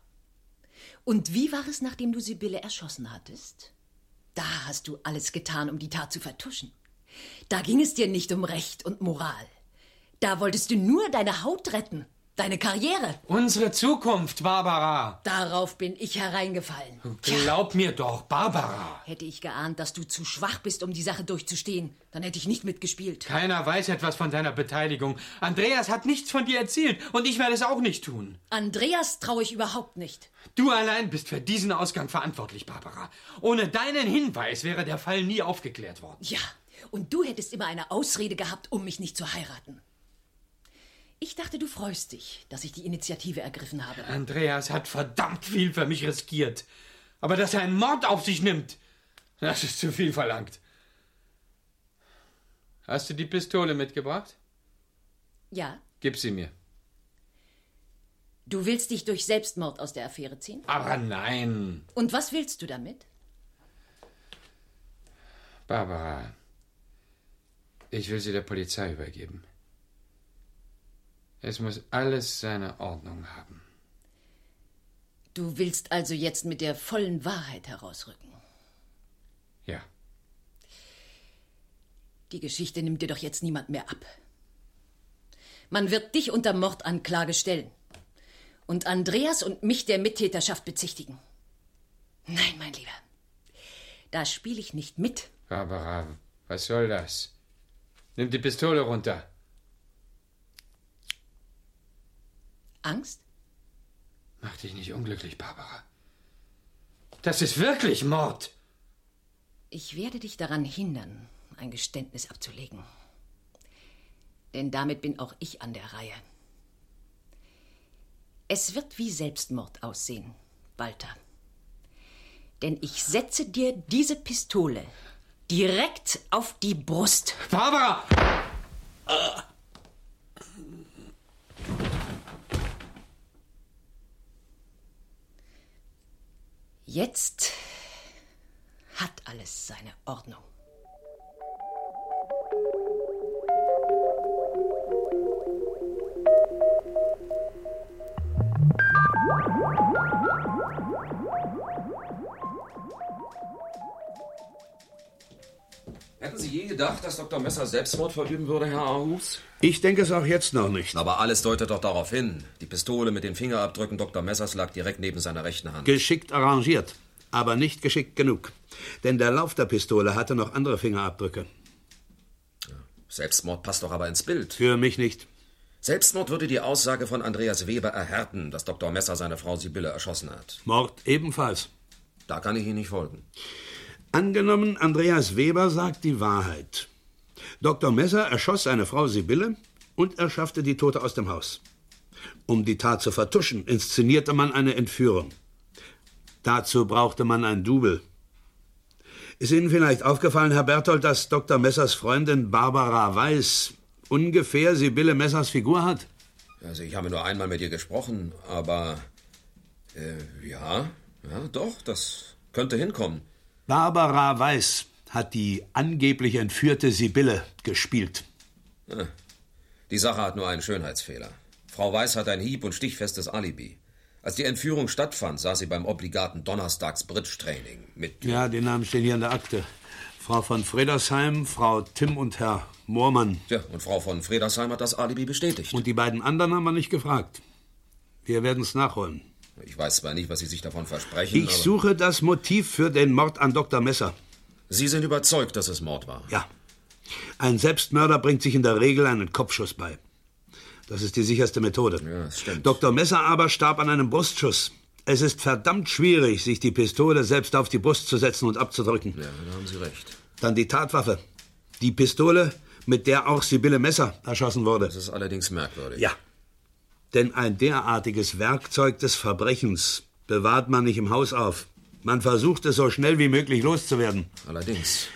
Und wie war es, nachdem du Sibylle erschossen hattest? Da hast du alles getan, um die Tat zu vertuschen. Da ging es dir nicht um Recht und Moral. Da wolltest du nur deine Haut retten, deine Karriere.
Unsere Zukunft, Barbara.
Darauf bin ich hereingefallen.
Glaub mir doch, Barbara.
Hätte ich geahnt, dass du zu schwach bist, um die Sache durchzustehen, dann hätte ich nicht mitgespielt.
Keiner weiß etwas von deiner Beteiligung. Andreas hat nichts von dir erzählt und ich werde es auch nicht tun.
Andreas traue ich überhaupt nicht.
Du allein bist für diesen Ausgang verantwortlich, Barbara. Ohne deinen Hinweis wäre der Fall nie aufgeklärt worden.
Ja, und du hättest immer eine Ausrede gehabt, um mich nicht zu heiraten. Ich dachte, du freust dich, dass ich die Initiative ergriffen habe.
Ähm. Andreas hat verdammt viel für mich riskiert. Aber dass er einen Mord auf sich nimmt, das ist zu viel verlangt. Hast du die Pistole mitgebracht?
Ja,
Gib sie mir.
du willst dich durch Selbstmord aus der Affäre ziehen?
Aber nein.
Und was willst du damit?
Barbara, ich will sie der Polizei übergeben. Es muss alles seine Ordnung haben.
Du willst also jetzt mit der vollen Wahrheit herausrücken.
Ja.
Die Geschichte nimmt dir doch jetzt niemand mehr ab. Man wird dich unter Mordanklage stellen und Andreas und mich der Mittäterschaft bezichtigen. Nein, mein Lieber, da spiele ich nicht mit.
Barbara, was soll das? Nimm die Pistole runter.
Angst?
Mach dich nicht unglücklich, Barbara. Das ist wirklich Mord.
Ich werde dich daran hindern, ein Geständnis abzulegen. Denn damit bin auch ich an der Reihe. Es wird wie Selbstmord aussehen, Walter. Denn ich setze dir diese Pistole direkt auf die Brust.
Barbara!
Jetzt hat alles seine Ordnung.
Hätten Sie je gedacht, dass Dr. Messer Selbstmord verüben würde, Herr Ahus?
Ich denke es auch jetzt noch nicht.
Aber alles deutet doch darauf hin. Die Pistole mit den Fingerabdrücken Dr. Messers lag direkt neben seiner rechten Hand.
Geschickt arrangiert, aber nicht geschickt genug. Denn der Lauf der Pistole hatte noch andere Fingerabdrücke.
Selbstmord passt doch aber ins Bild. Für
mich nicht.
Selbstmord würde die Aussage von Andreas Weber erhärten, dass Dr. Messer seine Frau Sibylle erschossen hat.
Mord ebenfalls.
Da kann ich Ihnen nicht folgen.
Angenommen, Andreas Weber sagt die Wahrheit. Dr. Messer erschoss seine Frau Sibylle und er schaffte die Tote aus dem Haus. Um die Tat zu vertuschen, inszenierte man eine Entführung. Dazu brauchte man ein Double. Ist Ihnen vielleicht aufgefallen, Herr Berthold, dass Dr. Messers Freundin Barbara Weiß ungefähr Sibylle Messers Figur hat?
Also, ich habe nur einmal mit ihr gesprochen, aber. Äh, ja, ja, doch, das könnte hinkommen.
Barbara Weiß hat die angeblich entführte Sibylle gespielt.
Ja. Die Sache hat nur einen Schönheitsfehler. Frau Weiß hat ein hieb- und stichfestes Alibi. Als die Entführung stattfand, saß sie beim obligaten Donnerstags-Bridge-Training mit.
Ja, die Namen stehen hier in der Akte. Frau von Fredersheim, Frau Timm und Herr Moormann.
Ja, und Frau von Fredersheim hat das Alibi bestätigt.
Und die beiden anderen haben wir nicht gefragt. Wir werden es nachholen.
Ich weiß zwar nicht, was Sie sich davon versprechen.
Ich
aber
suche das Motiv für den Mord an Dr. Messer.
Sie sind überzeugt, dass es Mord war.
Ja. Ein Selbstmörder bringt sich in der Regel einen Kopfschuss bei. Das ist die sicherste Methode. Dr. Messer aber starb an einem Brustschuss. Es ist verdammt schwierig, sich die Pistole selbst auf die Brust zu setzen und abzudrücken.
Ja, da haben Sie recht.
Dann die Tatwaffe. Die Pistole, mit der auch Sibylle Messer erschossen wurde. Das
ist allerdings merkwürdig.
Ja. Denn ein derartiges Werkzeug des Verbrechens bewahrt man nicht im Haus auf. Man versucht es so schnell wie möglich loszuwerden.
Allerdings.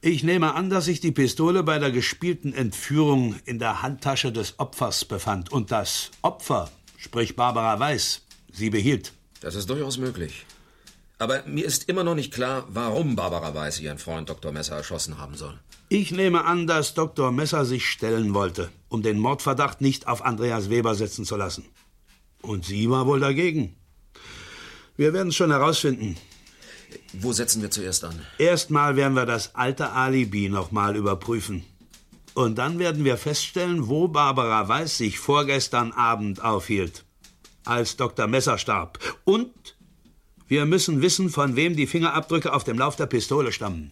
Ich nehme an, dass sich die Pistole bei der gespielten Entführung in der Handtasche des Opfers befand und das Opfer, sprich Barbara Weiß, sie behielt.
Das ist durchaus möglich. Aber mir ist immer noch nicht klar, warum Barbara Weiß ihren Freund Dr. Messer erschossen haben soll.
Ich nehme an, dass Dr. Messer sich stellen wollte, um den Mordverdacht nicht auf Andreas Weber setzen zu lassen. Und sie war wohl dagegen. Wir werden es schon herausfinden.
Wo setzen wir zuerst an?
Erstmal werden wir das alte Alibi nochmal überprüfen. Und dann werden wir feststellen, wo Barbara Weiß sich vorgestern Abend aufhielt, als Dr. Messer starb. Und wir müssen wissen, von wem die Fingerabdrücke auf dem Lauf der Pistole stammen.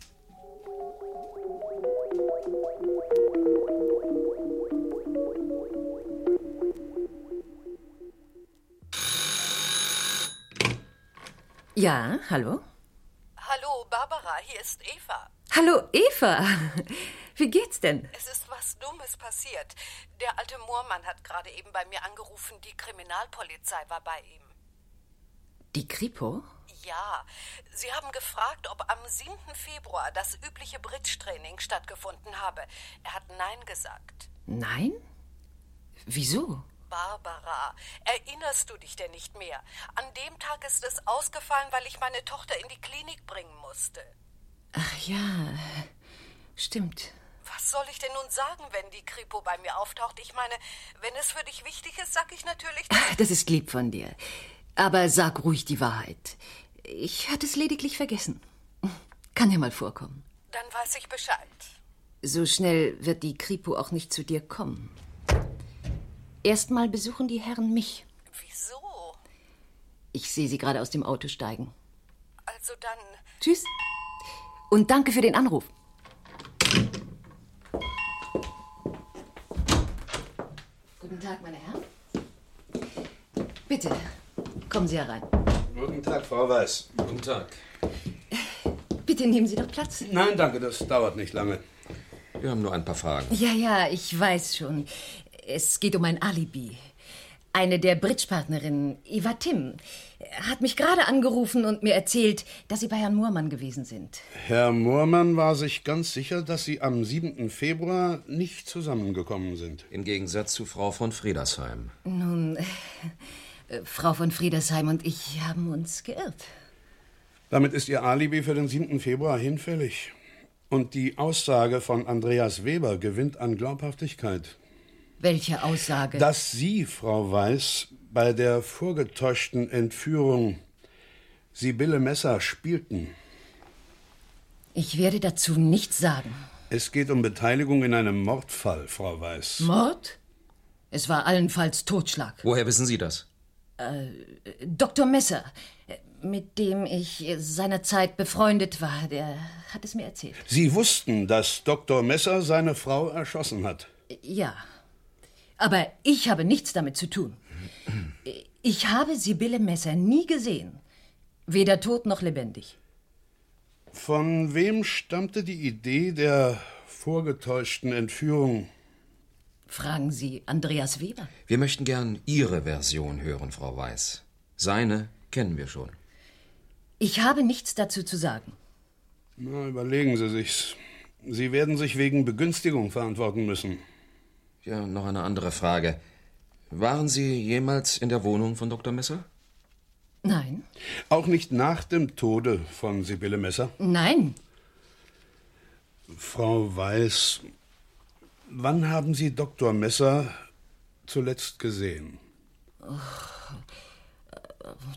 Ja, hallo?
Hallo, Barbara, hier ist Eva.
Hallo, Eva. Wie geht's denn?
Es ist was Dummes passiert. Der alte Moormann hat gerade eben bei mir angerufen, die Kriminalpolizei war bei ihm.
Die Kripo?
Ja, Sie haben gefragt, ob am 7. Februar das übliche Bridge-Training stattgefunden habe. Er hat Nein gesagt.
Nein? Wieso?
Barbara, erinnerst du dich denn nicht mehr? An dem Tag ist es ausgefallen, weil ich meine Tochter in die Klinik bringen musste.
Ach ja, stimmt.
Was soll ich denn nun sagen, wenn die Kripo bei mir auftaucht? Ich meine, wenn es für dich wichtig ist, sag ich natürlich.
Das ist lieb von dir. Aber sag ruhig die Wahrheit. Ich hatte es lediglich vergessen. Kann ja mal vorkommen.
Dann weiß ich Bescheid.
So schnell wird die Kripo auch nicht zu dir kommen. Erstmal besuchen die Herren mich.
Wieso?
Ich sehe sie gerade aus dem Auto steigen.
Also dann.
Tschüss. Und danke für den Anruf. Guten Tag, meine Herren. Bitte, kommen Sie herein.
Guten Tag, Frau Weiß.
Guten Tag.
Bitte nehmen Sie doch Platz.
Nein, danke, das dauert nicht lange.
Wir haben nur ein paar Fragen.
Ja, ja, ich weiß schon. Es geht um ein Alibi. Eine der Bridge-Partnerinnen, Eva Timm, hat mich gerade angerufen und mir erzählt, dass Sie bei Herrn Moormann gewesen sind.
Herr Moormann war sich ganz sicher, dass Sie am 7. Februar nicht zusammengekommen sind.
Im Gegensatz zu Frau von Fredersheim.
Nun, äh, Frau von Friedersheim und ich haben uns geirrt.
Damit ist Ihr Alibi für den 7. Februar hinfällig. Und die Aussage von Andreas Weber gewinnt an Glaubhaftigkeit.
Welche Aussage?
Dass Sie, Frau Weiß, bei der vorgetäuschten Entführung Sibylle Messer spielten.
Ich werde dazu nichts sagen.
Es geht um Beteiligung in einem Mordfall, Frau Weiß.
Mord? Es war allenfalls Totschlag.
Woher wissen Sie das?
Äh, Dr. Messer, mit dem ich seinerzeit befreundet war, der hat es mir erzählt.
Sie wussten, dass Dr. Messer seine Frau erschossen hat.
Ja. Aber ich habe nichts damit zu tun. Ich habe Sibylle Messer nie gesehen. Weder tot noch lebendig.
Von wem stammte die Idee der vorgetäuschten Entführung?
Fragen Sie Andreas Weber.
Wir möchten gern Ihre Version hören, Frau Weiß. Seine kennen wir schon.
Ich habe nichts dazu zu sagen.
Na, überlegen Sie sich's. Sie werden sich wegen Begünstigung verantworten müssen.
Ja, noch eine andere Frage. Waren Sie jemals in der Wohnung von Dr. Messer?
Nein,
Auch nicht nach dem Tode von Sibylle Messer.
nein.
Frau Weiß, wann haben Sie Dr. Messer zuletzt gesehen?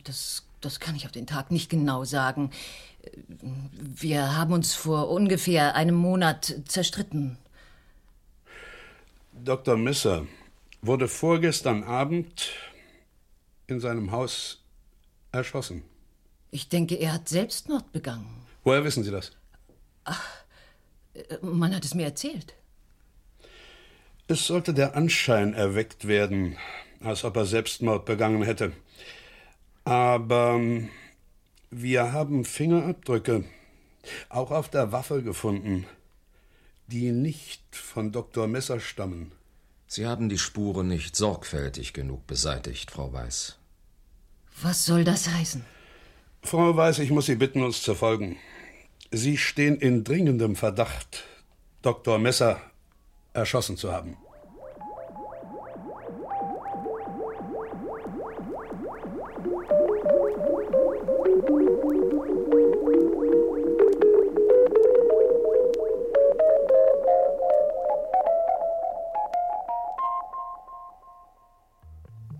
Das, das kann ich auf den Tag nicht genau sagen. Wir haben uns vor ungefähr einem Monat zerstritten.
Dr. Messer wurde vorgestern Abend in seinem Haus erschossen.
Ich denke, er hat Selbstmord begangen.
Woher wissen Sie das?
Äh, Man hat es mir erzählt.
Es sollte der Anschein erweckt werden, als ob er Selbstmord begangen hätte. Aber ähm, wir haben Fingerabdrücke, auch auf der Waffe gefunden, die nicht von Dr. Messer stammen.
Sie haben die Spuren nicht sorgfältig genug beseitigt, Frau Weiß.
Was soll das heißen?
Frau Weiß, ich muss Sie bitten, uns zu folgen. Sie stehen in dringendem Verdacht, Dr. Messer erschossen zu haben.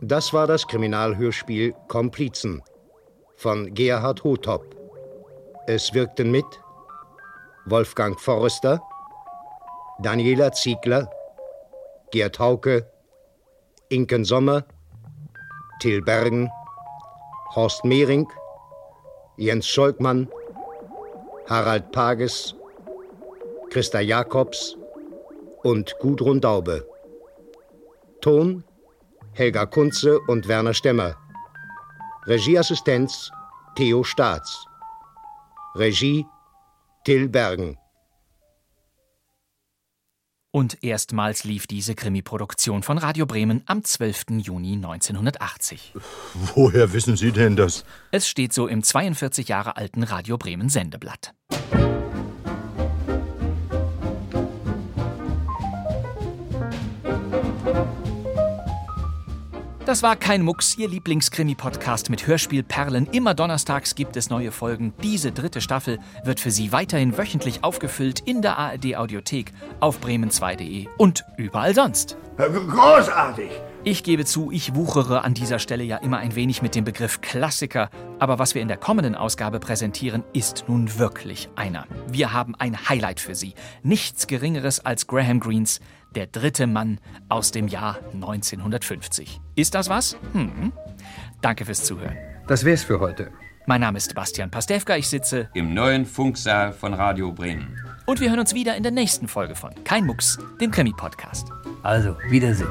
Das war das Kriminalhörspiel Komplizen von Gerhard Hotop. Es wirkten mit Wolfgang Forrester, Daniela Ziegler, Gerd Hauke, Inken Sommer, Till Bergen, Horst Mehring, Jens Scholkmann, Harald Pages, Christa Jakobs und Gudrun Daube. Ton Helga Kunze und Werner Stemmer. Regieassistenz Theo Staats. Regie Till Bergen.
Und erstmals lief diese Krimi-Produktion von Radio Bremen am 12. Juni 1980.
Woher wissen Sie denn das?
Es steht so im 42 Jahre alten Radio Bremen Sendeblatt. Das war kein Mucks, Ihr Lieblingskrimi-Podcast mit Hörspielperlen. Immer donnerstags gibt es neue Folgen. Diese dritte Staffel wird für Sie weiterhin wöchentlich aufgefüllt in der ARD-Audiothek, auf bremen2.de und überall sonst.
Äh,
Großartig!
Ich gebe zu, ich wuchere an dieser Stelle ja immer ein wenig mit dem Begriff Klassiker, aber was wir in der kommenden Ausgabe präsentieren, ist nun wirklich einer. Wir haben ein Highlight für Sie. Nichts Geringeres als Graham Greens Der dritte Mann aus dem Jahr 1950. Ist das was? Hm. Danke fürs Zuhören.
Das wär's für heute.
Mein Name ist Bastian Pastewka, ich sitze
Im neuen Funksaal von Radio Bremen.
und wir hören uns wieder in der nächsten Folge von Kein Mucks, dem Krimi-Podcast.
Also, Wiedersehen.